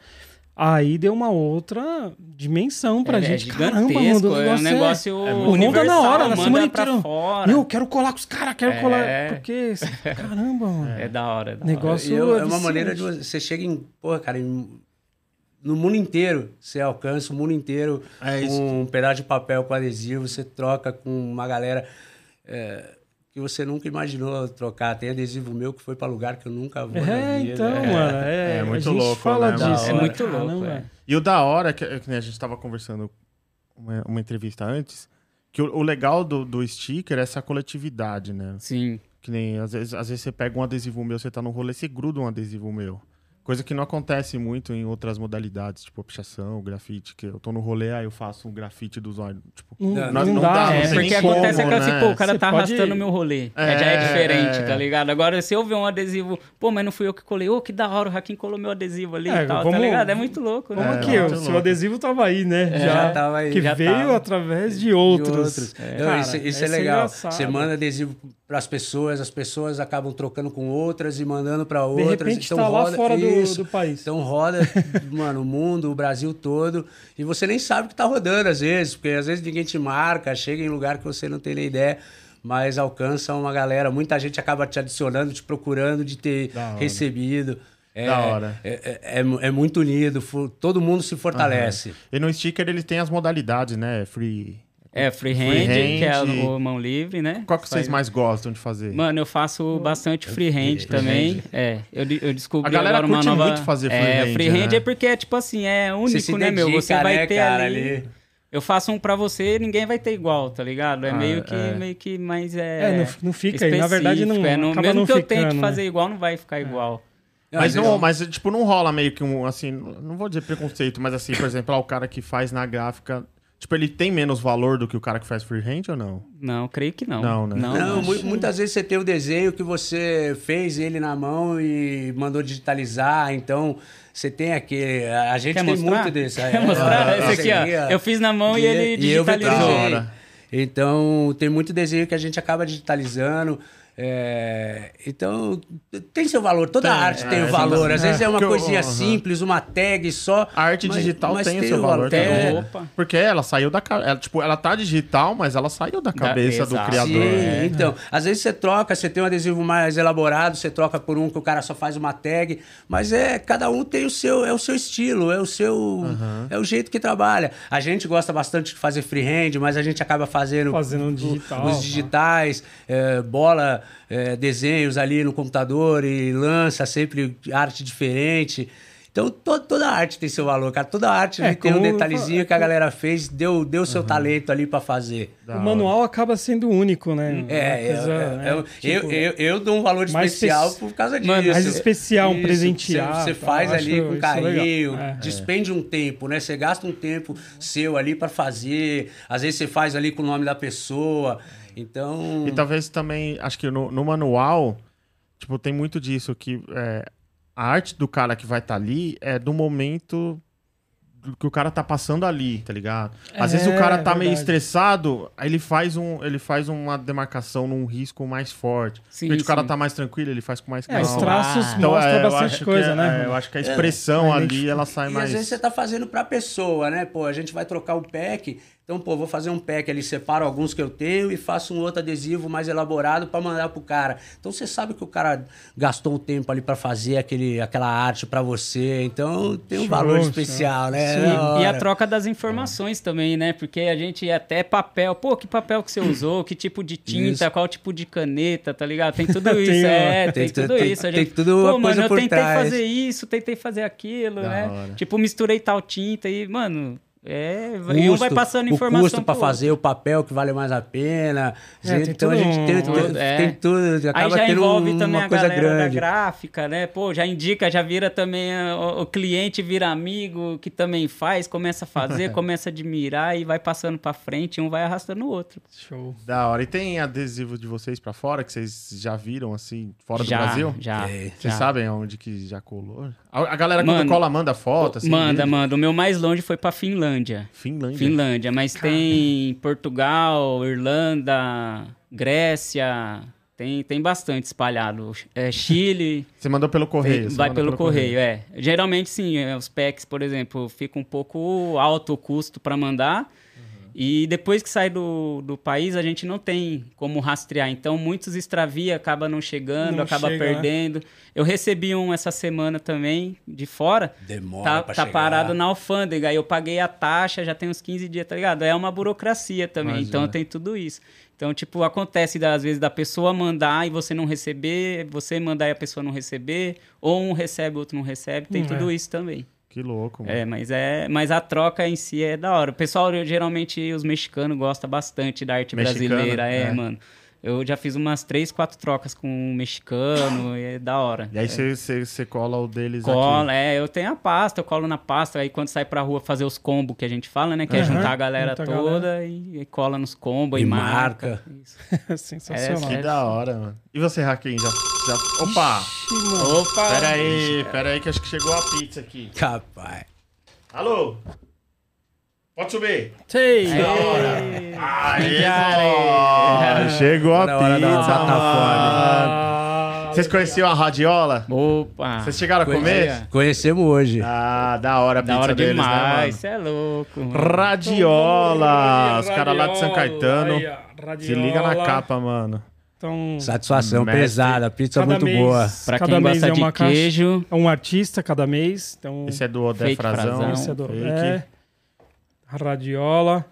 S2: Aí deu uma outra dimensão pra
S3: é,
S2: gente.
S3: É
S2: Caramba, Ronda,
S3: gigantesco,
S2: o
S3: é um
S2: negócio é-
S3: negócio
S1: é muito
S3: universal,
S2: Ronda na hora, na
S3: manda
S2: semana
S3: pra
S2: inteira.
S3: fora.
S2: Meu, quero colar com os caras, quero
S3: É.
S2: colar. Porque, caramba, mano.
S3: É da hora, é da hora.
S2: Negócio
S4: E eu- é uma
S2: viciante.
S4: maneira de você- você chega em. Porra, cara, em- no mundo inteiro você alcança o mundo inteiro
S1: É
S4: com
S1: isso.
S4: um pedaço de papel com adesivo, você troca com uma galera é, que você nunca imaginou trocar. Tem adesivo meu que foi pra lugar que eu nunca vou. na
S2: É,
S4: vida.
S2: então, mano. É,
S1: né? É muito
S2: a gente
S1: louco,
S2: fala
S1: né,
S2: disso.
S1: mano?
S3: É
S2: né?
S3: muito louco,
S2: Caramba.
S3: é.
S1: E o da hora, que, é que nem a gente tava conversando uma, uma entrevista antes, que o, o legal do, do sticker é essa coletividade, né?
S3: Sim.
S1: Que nem, às vezes, às vezes você pega um adesivo meu, você tá num rolê, você gruda um adesivo meu. Coisa que não acontece muito em outras modalidades, tipo pichação, grafite, que eu tô no rolê, aí eu faço um grafite do zóio, tipo...
S2: Não,
S4: Não,
S2: não
S1: não
S2: dá.
S1: dá,
S2: né?
S1: não
S3: É,
S1: sei
S3: porque
S1: nem como,
S3: acontece aquela
S1: né?
S3: assim, pô, o cara
S2: Você
S3: tá
S2: pode-
S3: arrastando meu rolê. É,
S1: É,
S3: já é diferente,
S1: é.
S3: tá ligado? Agora, se eu ver um adesivo, pô, mas não fui eu que colei, ô, que da hora, o Hakim colou meu adesivo ali
S2: É,
S3: e tal,
S2: vamos-
S3: tá ligado? É muito louco, né?
S2: Como
S1: É,
S2: que o
S1: muito
S2: seu
S1: louco.
S2: adesivo tava aí, né?
S4: já É, tava aí,
S2: Que
S4: já
S2: veio
S4: tava.
S2: através de outros.
S4: de outros. Não,
S2: Cara,
S4: isso, isso
S2: esse
S4: é legal.
S2: engraçado.
S4: Você manda adesivo para as pessoas, as pessoas acabam trocando com outras e mandando para
S2: De
S4: outras. Então
S2: repente tá lá
S4: roda-
S2: fora do, do
S4: Isso.
S2: país.
S4: Então roda, mano, o mundo, o Brasil todo, e você nem sabe que tá rodando às vezes, porque às vezes ninguém te marca, chega em lugar que você não tem nem ideia, mas alcança uma galera. Muita gente acaba te adicionando, te procurando de ter
S1: Da hora.
S4: recebido. É,
S1: Da hora.
S4: É, é- é- é muito unido, fu- todo mundo se fortalece.
S1: E no sticker ele tem as modalidades, né? Free...
S3: É, freehand,
S1: Freehand.
S3: que é o mão livre, né?
S1: Qual que vocês mais gostam de fazer?
S3: Mano, eu faço bastante freehand também. É, eu, de- eu descobri
S1: A galera
S3: agora uma
S1: curte
S3: nova...
S1: muito fazer
S3: É,
S1: freehand,
S3: freehand
S1: né?
S3: é porque é, tipo assim, é único,
S4: se
S3: né, meu?
S4: dedica,
S3: Você vai
S4: né,
S3: ter
S4: cara,
S3: ali...
S4: ali.
S3: eu faço um pra você, ninguém vai ter igual, tá ligado? É
S4: Ah,
S3: meio que,
S4: é.
S3: meio que, mas
S2: É,
S3: é.
S2: não, não fica aí. Na verdade, não.
S3: específico, é, no-
S2: acaba
S3: mesmo
S2: não
S3: que eu
S2: ficando,
S3: tente
S2: né?
S3: fazer igual, não vai ficar igual. É, Ah,
S1: Mas, não,
S4: eu-
S1: mas, tipo, não rola meio que um, assim, não vou dizer preconceito, mas assim, por exemplo, lá, o cara que faz na gráfica, tipo, ele tem menos valor do que o cara que faz freehand ou não?
S3: Não, creio que não.
S1: Não, né?
S4: Não, mu- muitas vezes você tem o desenho que você fez ele na mão e mandou digitalizar, então você tem aquele. A a gente
S3: Quer
S4: tem
S3: mostrar?
S4: muito é. Ah, desse.
S3: Quer mostrar? Esse aqui, ó. Eu fiz na mão e ele
S4: é. eu que
S3: digitalizou.
S4: desenhei.
S1: Da hora.
S4: Então, tem muito desenho que a gente acaba digitalizando. é, então, tem seu valor. Toda
S1: Tem,
S4: arte
S1: é,
S4: tem o
S1: é,
S4: valor.
S1: é.
S4: Às vezes é uma
S1: Que eu-
S4: coisinha
S1: aham.
S4: simples, uma tag só.
S1: A arte
S4: mas-
S1: digital
S4: mas
S1: tem, o seu valor
S3: valor,
S1: também.
S3: tem.
S1: né?
S3: Opa.
S1: Porque ela saiu da ca- ela, tipo, ela tá digital, mas ela saiu da cabeça do
S3: exato.
S1: criador.
S4: Sim,
S1: né?
S4: então. Às vezes você troca, você tem um adesivo mais elaborado, você troca por um que o cara só faz uma tag, mas é cada um tem o seu, é o seu estilo, é o seu, é o jeito que trabalha. A gente gosta bastante de fazer freehand, mas a gente acaba fazendo,
S2: Fazendo um digital,
S4: os
S2: tá.
S4: digitais, é, bola, é, desenhos ali no computador e lança sempre arte diferente. Então, to- toda arte tem seu valor, cara. Toda arte
S2: É,
S4: ali tem um
S2: como eu
S4: detalhezinho
S2: falo-
S4: que a galera fez, deu deu seu talento ali pra fazer.
S1: Da
S2: o
S1: hora.
S2: manual acaba sendo único, né? Uma
S4: É,
S2: coisa,
S4: eu-
S2: né?
S4: eu, eu,
S2: Tipo,
S4: eu, eu dou um valor
S2: mais
S4: especial
S2: espe-
S4: por causa disso.
S3: Mano,
S2: mais especial, um
S4: Isso,
S2: presentear,
S4: Você, você
S2: tá?
S4: faz
S2: Eu
S4: ali
S2: acho
S4: com
S2: isso legal.
S4: carinho,
S2: É. Uhum.
S4: despende um tempo, né? Você gasta um tempo seu ali pra fazer. Às vezes você faz ali com o nome da pessoa. Então.
S1: E talvez também, acho que no, no manual, tipo, tem muito disso, que é, a arte do cara que vai estar ali é do momento do que o cara tá passando ali, tá ligado? Às
S2: É,
S1: vezes o cara tá meio
S2: verdade.
S1: estressado, aí ele faz, um, ele faz uma demarcação num risco mais forte.
S3: Sim,
S1: Sim, o cara
S3: sim.
S1: tá mais tranquilo, ele faz com mais
S2: É,
S1: calma.
S2: os traços
S3: Ah.
S1: Então,
S2: mostram
S1: é, eu acho
S2: bastante
S1: que
S2: coisa,
S1: é-
S2: né?
S1: é, eu acho que a expressão
S2: Vai
S1: ali, ela sai
S4: E
S1: mais...
S4: às vezes você tá fazendo pra pessoa, né? Pô, a gente vai trocar o pack. Então, pô, vou fazer um pack ali, separo alguns que eu tenho e faço um outro adesivo mais elaborado pra mandar pro cara. Então você sabe que o cara gastou um tempo ali pra fazer aquele, aquela arte pra você. Então tem um
S2: Show,
S4: valor
S2: show.
S4: especial, né?
S2: Sim.
S4: Da
S3: é. E- E a
S4: hora.
S3: troca das informações também, né? Porque a gente até papel, pô, que papel que você usou, que tipo de tinta, qual tipo de caneta, tá ligado? Tem tudo
S2: Tem
S3: isso, é,
S2: uma-
S3: tem,
S4: tem tu-
S3: tudo
S4: tem-
S3: isso. a
S4: tem
S3: gente,
S4: tudo uma
S3: pô, mano,
S4: coisa
S3: eu
S4: por
S3: tentei
S4: trás."
S3: fazer isso, tentei fazer aquilo,
S1: Da
S3: né?
S1: hora.
S3: Tipo, misturei tal tinta e, mano, é,
S4: O
S3: e um vai
S4: custo-
S3: passando informação.
S4: O custo
S3: pro
S4: pra
S3: outro.
S4: fazer, o papel que vale mais a pena.
S2: É, tem
S4: então a
S2: tudo
S4: gente tem,
S2: um-
S4: tem,
S3: é.
S4: tem tudo.
S3: Aí
S4: Acaba
S3: já
S4: tendo
S3: envolve
S4: um-
S3: também
S4: uma
S3: a
S4: coisa
S3: galera da
S4: grande.
S3: gráfica, né? Pô, já indica, já vira também é, o, o cliente vira amigo, que também faz, começa a fazer, começa a admirar e vai passando pra frente, um vai arrastando o outro.
S2: Show.
S1: Da hora. E tem adesivo de vocês pra fora, que vocês já viram, assim, fora
S3: já,
S1: do Brasil?
S3: Já.
S4: É.
S1: Vocês
S3: já.
S1: sabem onde que já colou? A, a galera quando
S3: Mano,
S1: cola manda foto, assim.
S3: manda,
S1: dele.
S3: manda. O meu mais longe foi pra Finlândia.
S1: Finlândia.
S3: Finlândia, mas tem Portugal, Irlanda, Grécia, tem, tem bastante espalhado. É, Chile.
S1: Você mandou pelo correio.
S3: Tem-
S1: você
S3: vai
S1: mandou
S3: pelo, correio, é. Geralmente, sim, é, os packs, por exemplo, fica um pouco alto o custo para mandar.
S2: Uhum.
S3: E depois que sai do, do país, a gente não tem como rastrear. Então, muitos extravia, acaba não chegando,
S2: Não
S3: acaba
S2: chega, né?
S3: perdendo. Eu recebi um essa semana também, de fora.
S4: Demora
S3: Tá,
S4: pra
S3: tá
S4: chegar.
S3: parado na alfândega. Aí eu paguei a taxa, já tem uns 15 dias, tá ligado? É uma burocracia também.
S1: Imagina.
S3: Então, tem tudo isso. Então, tipo, acontece da- às vezes da pessoa mandar e você não receber, você mandar e a pessoa não receber, ou um recebe, outro não recebe, tem
S2: Hum,
S3: tudo
S2: é.
S3: isso também.
S1: Que louco, mano.
S3: É, mas é, mas a troca em si é da hora. O pessoal, eu- geralmente, os mexicanos gostam bastante da arte
S1: Mexicana,
S3: brasileira, é,
S1: é.
S3: mano. Eu já fiz umas três, quatro trocas com um mexicano, e é da hora.
S1: E aí você- você você cola o deles aqui.
S3: Cola, é, eu tenho a pasta, eu colo na pasta, aí quando sai pra rua fazer os combos que a gente fala, né? Que é
S2: Aham,
S3: juntar a galera
S2: junta a
S3: toda E, e cola nos combos e,
S4: E
S3: marca. Isso.
S2: Sensacional.
S1: Que
S3: É.
S1: da hora, mano. E você, Raquel, já... já- Opa!
S2: Ixi, mano.
S3: Opa!
S1: Pera aí, pera aí que acho que chegou a pizza aqui.
S4: Capaz.
S1: Alô? Pode subir.
S2: Sei.
S1: Aê,
S3: Cara.
S1: mano. Chegou a
S4: Tá na hora da
S1: pizza,
S4: batata
S1: mano.
S2: Ah,
S1: Vocês conheciam a radiola?
S3: Opa!
S1: Vocês chegaram a comer?
S3: Conhecia.
S4: Conhecemos hoje.
S1: Ah, da hora a
S3: Da
S1: pizza
S3: hora
S1: deles,
S3: demais,
S1: né,
S3: você é louco.
S1: mano?
S3: mano.
S1: Radiola! Os caras lá de São
S2: Radiola,
S1: Caetano.
S2: aí, ó, radiola.
S1: Se liga na capa, mano.
S2: Então,
S4: Satisfação
S1: Mestre.
S4: pesada, pizza
S2: cada
S4: é muito
S2: mês-
S4: boa.
S3: Pra
S2: cada
S3: quem
S2: mês
S3: gosta
S2: é
S3: de
S2: uma caixa.
S3: queijo,
S2: É um artista cada mês. Então,
S1: Esse é do Odé
S3: Fake
S1: Frazão.
S3: Frazão.
S2: esse é do-
S1: fake.
S2: é, a radiola.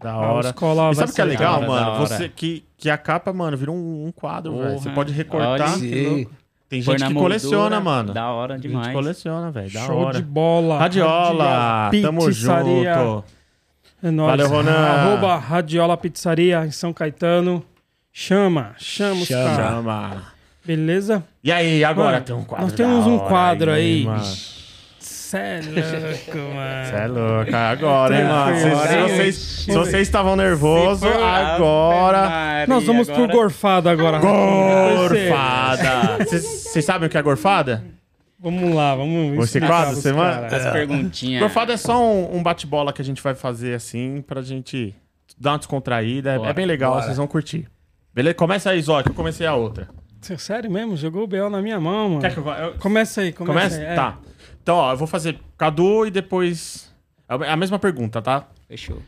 S1: Da
S2: A
S1: hora.
S2: escola
S1: E
S2: vai
S1: sabe o que é
S2: ser- um
S1: legal,
S3: Da hora, da
S1: mano?
S3: hora.
S1: Você, que, que a capa, mano, virou um, um quadro,
S3: Porra.
S1: velho. Você pode recortar.
S3: Olha,
S4: Sim.
S3: que louco.
S1: Tem
S3: põe
S1: gente
S3: na
S1: que
S3: moldura,
S1: coleciona, mano.
S3: Da hora
S1: Tem gente que
S3: demais.
S1: coleciona, velho. Da
S2: Show de
S1: hora.
S2: bola.
S1: Radiola, tamo
S2: pizzaria.
S1: junto.
S2: É nóis.
S1: Valeu, Ronan.
S2: Arroba Radiola Pizzaria em São Caetano. Chama, chama os
S4: Chama.
S2: caras.
S1: Chama.
S2: Beleza?
S1: E aí, agora
S2: Mano,
S1: tem um quadro.
S2: nós temos
S1: da
S2: um
S1: hora
S2: quadro aí.
S1: mano.
S2: Cê é louco, mano.
S1: Cê é louco. Agora, hein,
S2: um
S1: mano? Se, se
S3: Agora,
S1: vocês,
S3: hein?
S1: se vocês estavam nervosos,
S3: Se for-
S2: ah, um
S1: agora.
S3: Ave Maria,
S2: Nós vamos pro
S3: agora-
S2: gorfado agora. rapidinho. Depois cê-
S1: Gorfada! Vocês vocês sabem o que é gorfada?
S2: Vamos lá, vamos.
S1: Você
S2: explicar
S1: quase,
S2: pros
S1: você manda?
S2: caras.
S3: As perguntinhas.
S1: Gorfada é só um, um bate-bola que a gente vai fazer assim pra gente dar uma descontraída. É-
S3: Bora,
S1: é bem legal,
S4: bora.
S1: vocês vão curtir. Beleza? Começa aí, Zó, que eu comecei a outra.
S2: Cê- Sério mesmo? Jogou o B.O. na minha mão, mano.
S1: Quer que eu, eu-
S2: Começa aí, começa,
S1: Começa?
S2: aí. é.
S1: Tá. Então, ó, eu vou fazer Cadu e depois. É a mesma pergunta, tá?
S3: Fechou.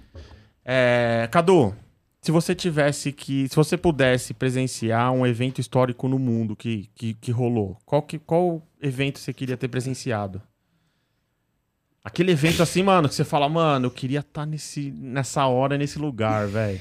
S1: É, Cadu, se você tivesse que. Se você pudesse presenciar um evento histórico no mundo que, que, que rolou, qual, que, qual evento você queria ter presenciado? Aquele evento assim, mano, que você fala, mano, eu queria estar nesse nessa hora, nesse lugar, velho.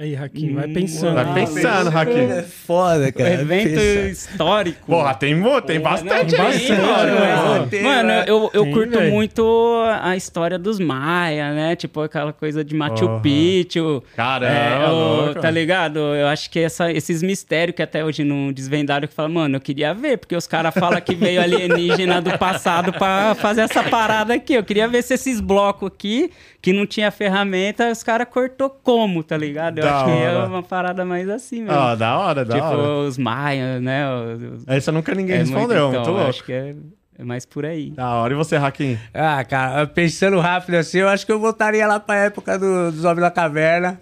S2: Aí, Raquinho, vai
S3: Hum,
S2: pensando.
S1: Vai pensando,
S4: É
S1: Raquel.
S4: foda, cara.
S3: evento
S4: Pensa.
S3: histórico.
S1: Porra, tem, mu- tem
S3: Porra,
S1: bastante
S3: não,
S1: aí,
S3: tem
S1: mano.
S3: mano.
S4: Tem,
S3: Mano,
S4: né?
S3: eu, eu
S2: Tem,
S3: curto
S2: velho.
S3: muito a história dos Maia, né? Tipo, aquela coisa de Machu
S1: Porra.
S3: Picchu.
S1: Caramba,
S3: É, o-
S1: louco.
S3: tá ligado? Eu acho que essa- esses mistérios que até hoje não desvendaram, que fala, mano, eu queria ver, porque os caras falam que veio alienígena do passado pra fazer essa parada aqui. Eu queria ver se esses blocos aqui, que não tinha ferramenta, os caras cortou como, tá ligado? Eu
S1: Da
S3: acho que é
S1: hora.
S3: uma parada mais assim mesmo.
S1: Ó, da hora, da
S3: tipo,
S1: hora.
S3: os Maia, né? Os-
S1: Essa nunca ninguém
S3: é muito-
S1: respondeu,
S3: então,
S1: muito
S3: eu
S1: louco.
S3: Acho que é, é mais por aí.
S1: Da hora. E você, Hakim?
S4: Ah, cara, pensando rápido assim, eu acho que eu voltaria lá pra época do, dos Homens da Caverna.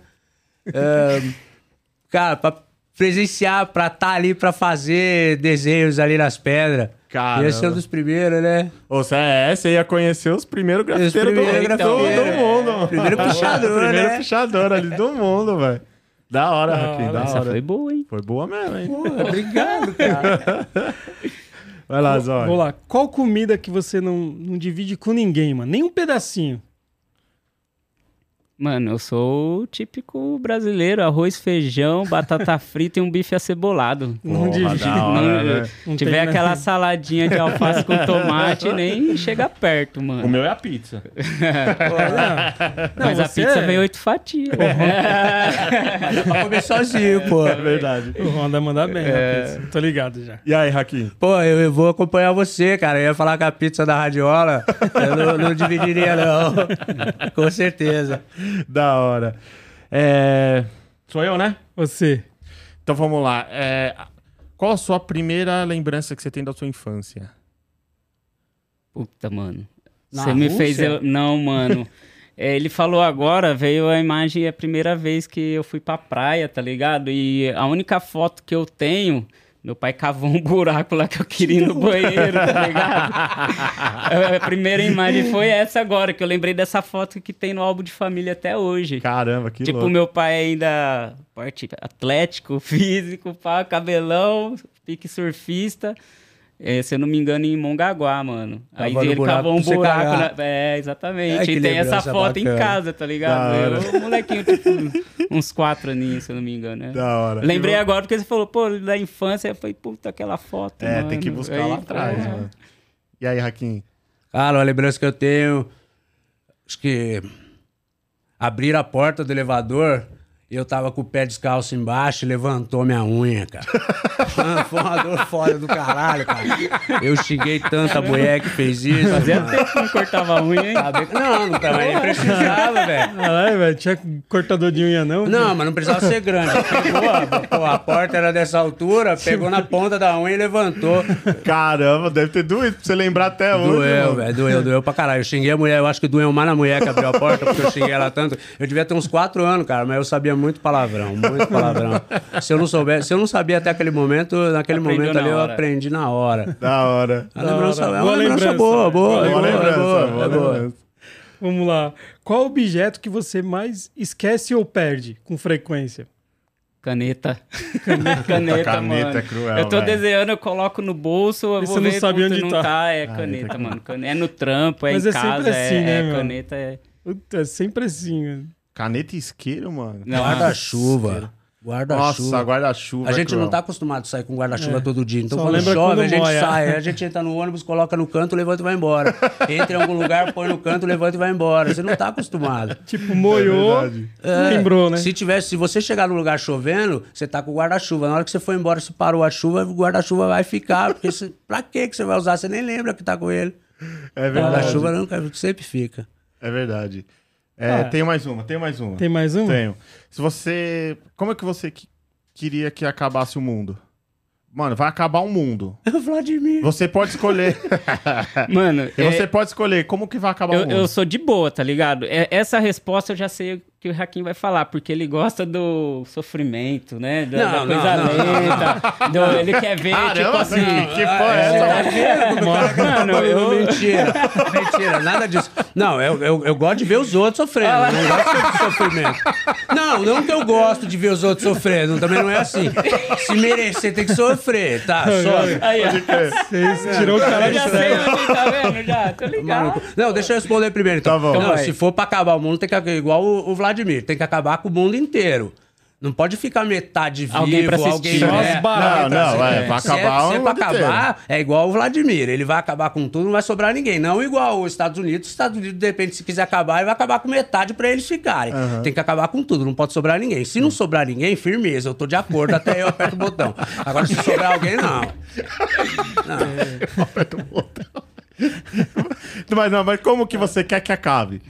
S4: Ahn, cara, pra presenciar, pra estar ali, pra fazer desenhos ali nas pedras.
S1: Caramba.
S4: Ia ser um dos primeiros, né?
S1: Ou você é, você ia conhecer os primeiros
S4: Os
S1: grafiteiros do,
S4: primeiros
S1: do-
S4: grafiteiros,
S1: do
S4: é.
S1: mundo. mano.
S4: Primeiro pichador,
S1: Primeiro
S4: né?
S1: pichador ali do mundo, velho. Da hora, Raquel, da
S3: Essa
S1: hora.
S3: foi
S1: Foi...
S3: boa, hein?
S1: boa mesmo, hein?
S4: Porra, obrigado, cara.
S1: Vai lá, Zóio.
S2: Vamos lá. Qual comida que você não, não divide com ninguém, mano? Nem um pedacinho.
S3: Mano, eu sou o típico brasileiro. Arroz, feijão, batata frita e um bife acebolado.
S2: não divide.
S1: da hora,
S3: Não,
S1: né?
S2: Não
S3: tiver
S2: tem, né?
S3: aquela saladinha de alface com tomate, nem chega perto,
S1: O
S3: mano.
S1: meu é a pizza.
S4: né?
S2: Não,
S3: Mas a
S2: você
S3: pizza
S2: é-
S3: veio oito fatias.
S4: Dá pra comer sozinho, pô.
S1: É verdade.
S2: O Honda manda bem,
S1: É.
S2: na pizza. Tô ligado já.
S1: E aí, Raquim?
S4: Pô, eu, eu vou acompanhar você, cara. Eu ia falar com a pizza da radiola. Eu não, não dividiria, não. Com certeza.
S1: Da hora. É, Sou eu, né?
S2: Você.
S1: Então vamos lá. É, Qual a sua primeira lembrança que você tem da sua infância?
S3: Puta, mano.
S4: Na
S3: Você me
S4: Rússia?
S3: fez. Eu... Não, mano. É, ele falou agora, veio a imagem é a primeira vez que eu fui pra praia, tá ligado? E a única foto que eu tenho. Meu pai cavou um buraco lá que eu queria ir no banheiro, tá ligado? A primeira imagem foi essa agora, que eu lembrei dessa foto que tem no álbum de família até hoje.
S1: Caramba, que
S3: Tipo,
S1: louco.
S3: meu pai ainda parte atlético, físico, pá, cabelão, pique surfista. É, se eu não me engano, em Mongaguá, mano. Aí
S4: Cavando
S3: ele
S4: buraco
S3: cavou um
S4: pra você
S3: buraco.
S4: cagar.
S3: na- É,
S4: Ai,
S3: exatamente.
S4: que
S3: e tem essa
S4: lembrança
S3: foto em
S4: bacana.
S3: casa, tá ligado?
S1: Da
S3: Eu, um molequinho, tipo, uns quatro aninhos, se eu não me engano. né?
S1: Da hora.
S3: Lembrei agora porque você falou, pô, da infância, eu falei, puta, aquela foto.
S1: É,
S3: mano.
S1: tem que buscar
S3: Aí, é.
S1: lá atrás,
S3: porra.
S1: mano. E aí, Raquim?
S4: Cara, uma lembrança que eu tenho. Acho que. Abriram a porta do elevador e eu tava com o pé descalço embaixo e levantou minha unha, cara. Mano, Foi uma dor foda do caralho, cara. Eu xinguei tanta mulher que fez isso.
S3: Fazia
S4: mano.
S3: tempo que não cortava a unha, hein?
S4: Sabe? Não, não tava nem precisava, velho.
S2: Caralho, Ah, velho. Tinha cortador de unha, não?
S4: Não, mas não precisava ser grande. Pegou, a- pô, a porta era dessa altura, pegou na ponta da unha e levantou.
S1: Caramba, deve ter doído pra você lembrar até hoje.
S4: Doeu,
S1: mano.
S4: velho, doeu, doeu pra caralho. Eu xinguei a mulher, eu acho que doeu mais na mulher que abriu a porta, porque eu xinguei ela tanto. Eu devia ter uns quatro anos, cara, mas eu sabia muito palavrão, muito palavrão. Se eu não soubesse, se eu não sabia até aquele momento, naquele
S3: Aprendeu
S4: momento
S3: na
S4: ali eu
S3: hora.
S4: aprendi na hora.
S1: Da hora.
S4: A lembrança,
S2: hora.
S4: é uma
S2: Boa
S4: lembrança,
S2: lembrança,
S4: boa,
S2: velho.
S4: boa,
S2: Boa
S4: é boa, é boa, é boa.
S2: Vamos lá. Qual objeto que você mais esquece ou perde com frequência?
S3: Caneta. Caneta, caneta,
S1: Caneta
S3: mano.
S1: é cruel,
S3: Eu tô
S1: velho.
S3: desenhando, eu coloco no bolso, eu
S2: E
S3: vou
S2: você não
S3: ver,
S2: sabe
S3: puta,
S2: onde
S3: não
S2: tá.
S3: É
S1: Ah,
S3: caneta,
S1: tá.
S3: mano. Cane- É no trampo, é
S2: Mas
S3: em
S2: é sempre
S3: casa, é-
S2: assim, né,
S3: é,
S2: mano?
S3: caneta, é...
S2: Puta, sempre assim. né?
S1: Caneta e isqueiro, mano.
S3: Não,
S4: Guarda-chuva.
S1: Nossa,
S4: Guarda-chuva.
S1: guarda-chuva.
S4: A gente
S1: cruel.
S4: não tá acostumado a sair com guarda-chuva todo dia. Então,
S2: É. Só
S4: quando
S2: lembra
S4: chove,
S2: quando
S4: a gente
S2: molha.
S4: sai. A gente entra no ônibus, coloca no canto, levanta e vai embora. Entra em algum lugar, põe no canto, levanta e vai embora. Você não tá acostumado. É.
S2: Tipo, moiou,
S1: É verdade. É.
S2: lembrou, né?
S4: Se tivesse, se você chegar num lugar chovendo, você tá com guarda-chuva. Na hora que você for embora, se parou a chuva, o guarda-chuva vai ficar. Porque você, pra que que você vai usar? Você nem lembra que tá com ele.
S1: É verdade.
S4: Guarda-chuva né? nunca sempre fica.
S1: É verdade. É,
S2: Ah.
S1: Tenho mais uma, tenho mais uma.
S2: Tem mais um?
S1: Tenho. Se você. Como é que você que- queria que acabasse o mundo? Mano, vai acabar o mundo.
S4: Vladimir.
S1: Você pode escolher.
S3: Mano,
S1: Tá. E
S3: é-
S1: você pode escolher como que vai acabar o
S3: eu,
S1: mundo.
S3: eu sou de boa, tá ligado? É- essa resposta eu já sei o que o Hakim vai falar, porque ele gosta do sofrimento, né? Da, da
S4: Não,
S3: coisa
S4: não, não,
S3: lenta. do- ele quer ver, tipo
S1: Caramba, é
S3: assim.
S1: que, que foi
S4: é,
S1: essa? tá
S3: Mano, eu,
S4: Mentira, mentira, nada disso. Não, eu, eu, eu gosto de ver os outros sofrendo. eu Não gosto de sofrimento. Não, não que eu gosto de ver os outros sofrendo, também não é assim. Se merecer, tem que sofrer, tá? Sofre.
S3: aí, ó.
S2: Vocês tirou o cara
S3: Eu
S2: de
S3: já sei onde tá vendo, já. Tô ligado.
S4: Maluco. Não, deixa eu responder primeiro. Então.
S1: Tá bom.
S4: Não,
S3: Vai.
S4: se for pra acabar o mundo, tem que acabar igual o, o Vladimir, tem que acabar com o mundo inteiro. Não pode ficar metade vivo,
S3: Alguém pra
S4: alguém
S3: assistir,
S4: né?
S3: né?
S1: Não, não, é, vai
S4: Se é-
S1: acabar
S4: se é
S1: o
S4: pra
S1: mundo inteiro.
S4: acabar, é igual o Vladimir. Ele vai acabar com tudo, não vai sobrar ninguém. Não igual os Estados Unidos. Os Estados Unidos, de repente, se quiser acabar, ele vai acabar com metade pra eles ficarem. Tem que acabar com tudo, não pode sobrar ninguém. Se não sobrar ninguém, firmeza, eu tô de acordo, até eu aperto o botão. Agora, se sobrar alguém, não.
S1: Aperta o botão. mas não, mas como que você quer que acabe?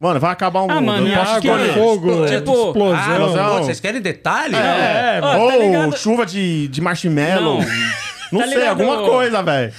S1: Mano, vai acabar o mundo.
S3: Ah, mano,
S1: eu
S3: eu
S1: posso
S3: acho que-
S1: escolher.
S2: fogo, é,
S3: Tipo,
S4: Ah,
S2: explosão.
S1: não.
S4: pô, vocês querem detalhe?
S1: É,
S3: Ó, tá
S1: ou
S3: ligado?
S1: chuva de, de marshmallow.
S3: Não.
S1: Não
S3: Tá
S1: sei,
S3: ligado?
S1: alguma coisa, velho.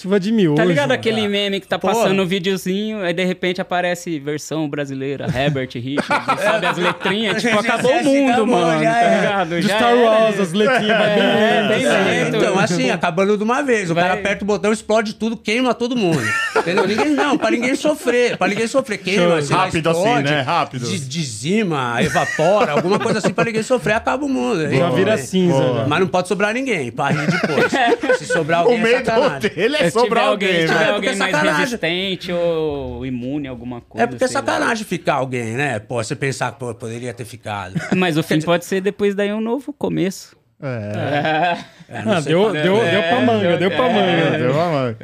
S2: Chuva de miojo.
S3: Tá ligado aquele
S2: É.
S3: meme que tá
S4: Porra.
S3: passando um videozinho, aí de repente aparece versão brasileira, Herbert Richards, sabe as letrinhas? Tipo, acabou o mundo,
S4: Acabou,
S3: mano,
S4: já
S3: tá
S4: era.
S3: ligado?
S2: Do
S3: Já
S2: Ah, Star
S3: era. né?
S2: Wars, assim, as letrinhas vai bem
S3: É,
S2: lento,
S3: bem
S2: assim.
S4: É,
S3: lento.
S4: então, assim, acabando de uma vez. O
S3: Vai.
S4: cara aperta o botão, explode tudo, queima todo mundo. Entendeu? Ninguém, não, pra ninguém sofrer. Pra ninguém sofrer. Queima, sei lá,
S1: Rápido assim,
S4: explode,
S1: né? Rápido.
S4: de- dizima, evapora, alguma coisa assim pra ninguém sofrer, acaba o mundo. Aí,
S2: Já
S4: tudo
S2: vira
S4: bem.
S2: cinza. né?
S1: Boa.
S2: já.
S4: Mas não pode sobrar ninguém, pra rir depois. Se sobrar
S1: O
S4: alguém, é
S1: medo
S4: sacanagem.
S1: dele é
S3: Se tiver
S1: sobrar
S3: alguém,
S1: alguém,
S3: se tiver
S2: né?
S1: velho.
S4: É
S3: alguém
S4: porque é
S3: mais
S4: sacanagem.
S3: resistente ou imune a alguma coisa.
S4: É porque é
S2: assim, né?
S3: sei lá.
S4: sacanagem ficar alguém, né? Pô, você pensar, pô, poderia ter ficado.
S3: Mas o fim pode ser depois daí um novo começo. Tá
S1: É,
S4: É, não
S2: Ah,
S4: sei.
S2: deu, deu, deu pra manga, deu pra
S1: é,
S2: manga.
S1: deu uma manga.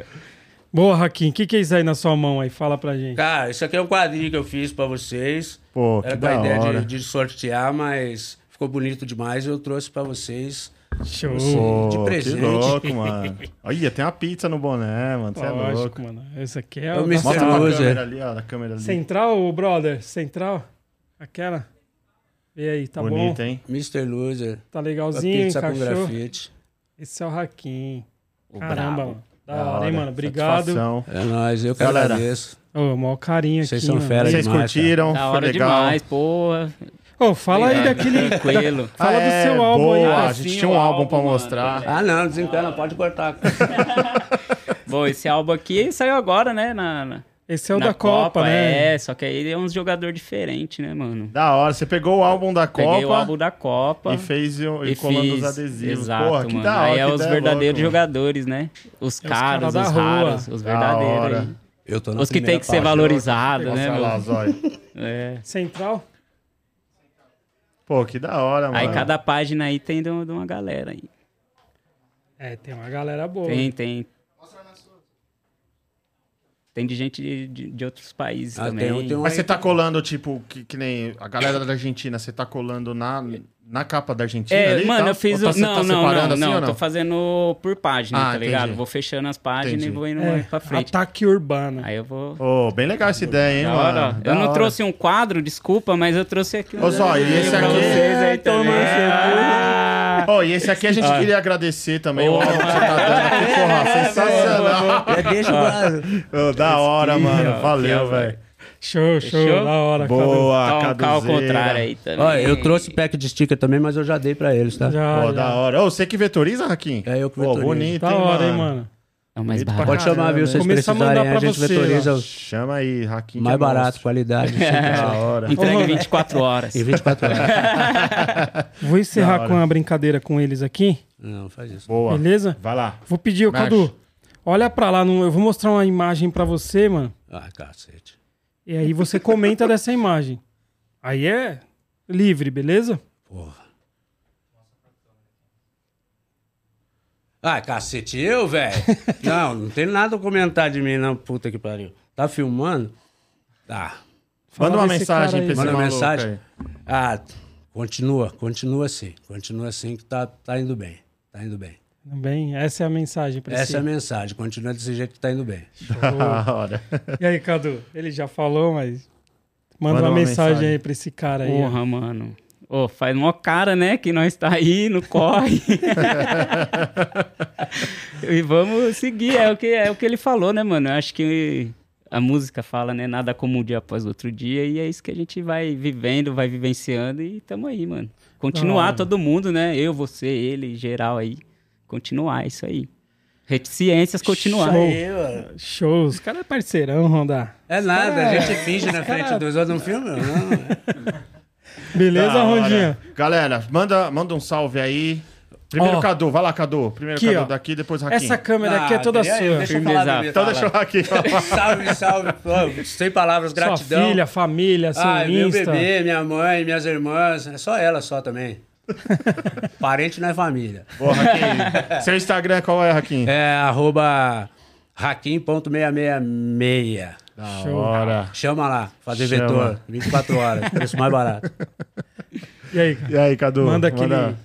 S2: Boa, Hakim, o que, que é isso aí na sua mão aí? Fala pra gente.
S4: Cara, isso aqui é um quadrinho que eu fiz pra vocês.
S1: Pô, que
S4: Era com
S1: da
S4: a ideia
S1: hora.
S4: de, de sortear, mas ficou bonito demais e eu trouxe pra vocês.
S2: Show.
S1: Pô,
S4: de presente.
S1: Que louco, mano. Olha, tem uma pizza no boné, mano. Você é louco.
S2: Lógico, mano. Esse aqui é
S4: Eu
S2: o
S4: me
S2: nosso-
S1: Mostra pra
S4: Loser.
S1: câmera ali, ó. Na câmera ali.
S2: Central, brother? Central? Aquela? Vê aí, tá
S1: Bonita,
S2: bom?
S1: hein?
S4: Mr. Loser,
S2: Tá
S4: a
S2: legalzinho,
S4: pizza com
S2: encaixou?
S4: grafite.
S2: Esse é o Hakim.
S3: O
S2: Caramba,
S3: brabo.
S2: mano. Da hora, hein, mano? Obrigado.
S1: Satisfação.
S4: É nóis, eu que
S1: Galera,
S4: agradeço.
S2: Ô, o maior carinho aqui,
S4: Vocês são
S2: mano.
S4: fera.
S1: Vocês
S4: demais,
S1: curtiram?
S3: Da
S1: foi
S3: hora
S1: legal.
S3: demais, porra.
S2: Ô, fala aí
S3: Obrigado,
S2: daquele...
S3: Tranquilo.
S2: Fala
S1: Ah,
S2: do
S1: é,
S2: seu álbum aí.
S1: boa.
S2: ó.
S1: A gente
S3: Sim,
S1: tinha um
S3: o
S1: álbum pra
S3: álbum, mano.
S1: mostrar.
S4: Ah, não, desencana, pode cortar.
S3: Bom, esse álbum aqui saiu agora, né? Na, na,
S2: Esse é o
S3: na
S2: da Copa, né?
S3: É, só que aí é uns jogador diferente, né, mano?
S1: Da hora. Você pegou o álbum da
S3: Peguei o álbum
S1: Copa
S3: da Copa.
S1: e fez o- e colando os
S3: fiz.
S1: adesivos.
S3: Exato,
S1: Porra, que
S3: mano.
S1: da hora.
S3: Aí é
S1: que
S3: os
S1: ideia louca,
S3: verdadeiros
S1: É,
S3: jogadores, né? Os
S2: cara
S3: caros,
S2: da
S3: os
S2: rua.
S3: raros, os
S1: Da
S3: verdadeiros.
S1: hora.
S3: aí.
S4: Eu tô na
S3: Os que tem
S4: primeira
S3: que ser
S4: página.
S3: valorizados,
S1: mano.
S3: né,
S1: Nossa, lá,
S3: mano?
S1: zóio.
S3: É.
S2: Central?
S1: Pô, que da hora, mano.
S3: Aí cada página aí tem de um- de uma galera aí.
S2: É, tem uma galera boa.
S3: Tem, tem. Tem de gente de, de- de outros países
S4: Ah,
S3: também.
S4: tem um- tem um-
S1: Mas você tá colando, tipo, que, que nem a galera da Argentina, você tá colando na, na capa da Argentina
S3: É,
S1: ali,
S3: mano,
S1: tá?
S3: eu fiz.
S1: Ou tá,
S3: o-
S1: você
S3: não,
S1: tá
S3: não, não,
S1: separando assim
S3: não,
S1: ou
S3: Tô fazendo por página,
S1: Ah,
S3: tá ligado?
S1: entendi.
S3: Vou fechando as páginas
S1: Entendi. Ah, tá.
S3: e vou indo
S2: É,
S3: pra frente.
S2: Ataque urbano.
S3: Aí eu vou.
S1: Ô, bem legal essa ideia, hein,
S3: Da
S1: mano.
S3: hora.
S1: Da
S3: Eu não
S1: hora.
S3: trouxe um quadro, desculpa, mas eu trouxe aqui um.
S1: Ô, só, e esse
S3: pra
S1: aqui-
S3: vocês aí também. Então, é.
S1: Ó, e esse aqui a
S3: Ah.
S1: gente queria agradecer também. O álbum que você tá dando aqui, porra, sensacional.
S4: É, deixa claro.
S1: Ô, da hora, mano.
S3: é
S1: Valeu, velho.
S2: Show, show,
S3: Fechou?
S2: da hora.
S1: Boa,
S3: Tá um
S1: caduzeira.
S3: carro ao
S1: né?
S3: contrário aí também.
S4: Ó, eu trouxe pack de sticker também, mas eu já dei pra eles, tá?
S2: Cadu. Já,
S1: Pô,
S2: já.
S1: da hora. Ô, você que vetoriza, Raquim?
S4: É, eu que
S1: Pô,
S4: vetorizo.
S1: bonito,
S2: Da
S1: hein,
S2: hora, hein,
S1: mano?
S2: mano.
S3: É o mais
S1: Bonito
S3: barato.
S1: pra
S4: Pode chamar, viu? Se vocês
S2: Começa a mandar
S4: precisarem, a,
S2: pra
S4: gente
S2: você,
S4: vetoriza
S2: ó.
S4: o
S1: Chama aí, Raquim. que
S4: mais
S1: é
S4: barato,
S1: monstro.
S4: qualidade. assim, tá?
S3: É.
S1: Da hora.
S3: Entrega
S2: Ô,
S3: 24 horas.
S4: Em 24 horas.
S2: Vou
S1: Da
S2: encerrar
S1: hora.
S2: com uma brincadeira com eles aqui,
S4: Não, faz isso.
S1: Boa.
S2: beleza?
S1: Vai lá.
S2: Vou pedir, ô
S1: Mexe.
S2: Cadu, olha pra lá, não- eu vou mostrar uma imagem pra você, mano.
S4: Ah, cacete.
S2: E aí você comenta dessa imagem. Aí é livre, beleza?
S4: Porra. Ah, cacete, eu, velho? não, não tem nada a comentar de mim, não, puta que pariu. Tá filmando? Tá.
S1: Manda
S2: Fala
S1: uma
S2: desse
S1: mensagem
S2: cara
S1: pra
S2: aí.
S1: esse
S4: Manda uma
S1: maluco
S4: mensagem.
S1: aí.
S4: Ah, continua, continua assim. Continua assim que tá, tá indo bem. Tá indo bem.
S2: Também, essa é a mensagem pra
S4: Essa
S2: você.
S4: é a mensagem. Continua desse jeito que tá indo bem.
S1: Da hora.
S2: E aí, Cadu? Ele já falou, mas. Manda,
S1: Manda
S2: uma,
S1: uma
S2: mensagem,
S1: mensagem.
S2: aí pra esse cara aí. ó.
S3: Porra, mano. Ô, faz mó cara, né? Que nós tá aí, no corre. e vamos seguir. É o, que, é o que ele falou, né, mano? Eu acho que a música fala, né? Nada como um dia após outro dia. E é isso que a gente vai vivendo, vai vivenciando. E tamo aí, mano. Continuar
S2: Da hora.
S3: todo mundo, né? Eu, você, ele, geral aí. Continuar, é isso aí. Reticências, continuar.
S2: Show, os caras é parceirão, Ronda.
S4: É nada, a
S2: Cara,
S4: gente finge na frente dos outros, não filma? Não.
S2: Beleza,
S1: Da hora.
S2: Rondinha?
S1: Galera, manda, manda um salve aí. Primeiro
S2: Ó.
S1: Cadu, vai lá, Cadu. Primeiro
S2: Aqui,
S1: Cadu
S2: ó.
S1: daqui, depois Raquinho.
S2: Essa câmera aqui é
S4: Ah,
S2: toda
S4: queria-
S2: sua.
S4: Deixa eu
S3: Firmeza.
S4: falar primeiro,
S1: Então
S4: fala.
S1: deixa o Raquinho falar.
S4: Salve, salve. pô, sem palavras, gratidão.
S2: Sua filha, família, seu
S4: Ai, meu
S2: Insta.
S4: bebê, minha mãe, minhas irmãs. É só ela só também. Parente não é família.
S1: Ô, Raquinho. Seu Instagram qual é, Raquinho?
S4: É arroba raquim.666.
S1: Da
S2: Show.
S1: hora.
S4: Tá. Chama lá, fazer
S1: Chama.
S4: vetor. 24 horas, preço mais barato.
S2: E aí, cara?
S1: E aí, Cadu?
S2: Manda aquele-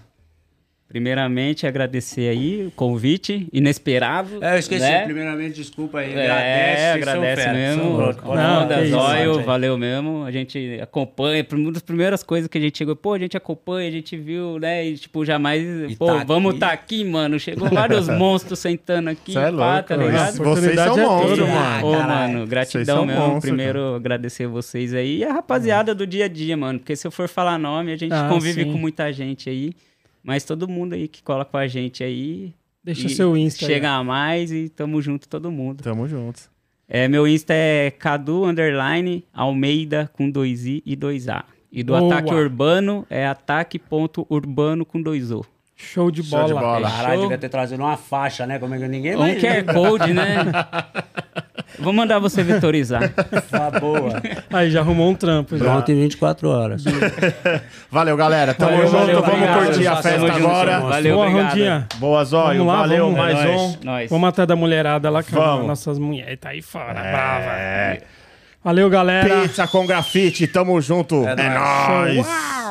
S3: Primeiramente, agradecer aí o convite. Inesperado.
S4: É, eu esqueci.
S3: né?
S4: Primeiramente, desculpa aí. Agradece,
S3: É,
S4: vocês são
S3: agradece
S4: fera, são
S3: mesmo. tá
S4: loucos.
S2: Não,
S3: Onda,
S2: que isso,
S3: zóio,
S4: gente.
S3: valeu mesmo. A gente acompanha. Uma das primeiras coisas que a gente chegou, pô, a gente acompanha, a gente viu, né? E tipo, jamais.
S4: E
S3: pô,
S4: tá
S3: vamos
S4: aqui.
S3: tá aqui, mano. Chegou vários monstros sentando aqui,
S1: Cê é
S3: pá,
S1: louco.
S3: tá ligado?
S1: isso. vocês
S2: Oportunidade
S1: são
S2: é
S1: monstros,
S2: tudo.
S1: mano.
S3: Ô,
S4: caralho.
S3: mano,
S1: Vocês
S3: gratidão
S1: são
S3: mesmo.
S1: monstros,
S3: Primeiro, agradecer vocês aí. E a rapaziada do dia a dia, mano. Porque se eu for falar nome, a gente
S2: Ah,
S3: convive
S2: sim.
S3: com muita gente aí. Mas todo mundo aí que cola com a gente aí.
S2: Deixa
S3: e
S2: seu Insta. aí.
S3: Chega a mais e tamo junto todo mundo.
S1: Tamo junto.
S3: É, meu Insta é Cadu Underline Almeida com 2i e 2a. E do
S2: Boa.
S3: ataque urbano é ataque.urbano com 2o.
S2: Show de
S1: Show
S2: bola.
S1: de bola.
S4: Caralho,
S3: Show.
S4: devia ter trazido uma faixa, né? Como é que ninguém
S3: Ou um
S4: vai...
S3: QR Code, né? Vou mandar você vetorizar.
S4: Uma boa.
S2: Aí já arrumou um trampo. Já.
S4: Pronto em 24 horas.
S1: Valeu, galera. Tamo
S2: Valeu,
S1: junto.
S2: valeu,
S1: vamos
S2: obrigado.
S1: curtir a
S4: Tamo
S1: festa
S4: junto,
S1: agora.
S4: irmão.
S3: Valeu,
S2: Boa,
S3: obrigado.
S2: Rondinha.
S1: Boa, Zóio.
S2: Vamos lá,
S1: Valeu,
S2: vamos.
S1: mais um.
S3: Nós.
S2: Vamos até da mulherada lá, cara.
S1: Vamos.
S2: Nossas mulheres tá aí fora,
S1: É.
S2: brava. Valeu, galera.
S1: Pizza com grafite. Tamo junto. É,
S4: nóis.
S1: nóis.
S2: Uau!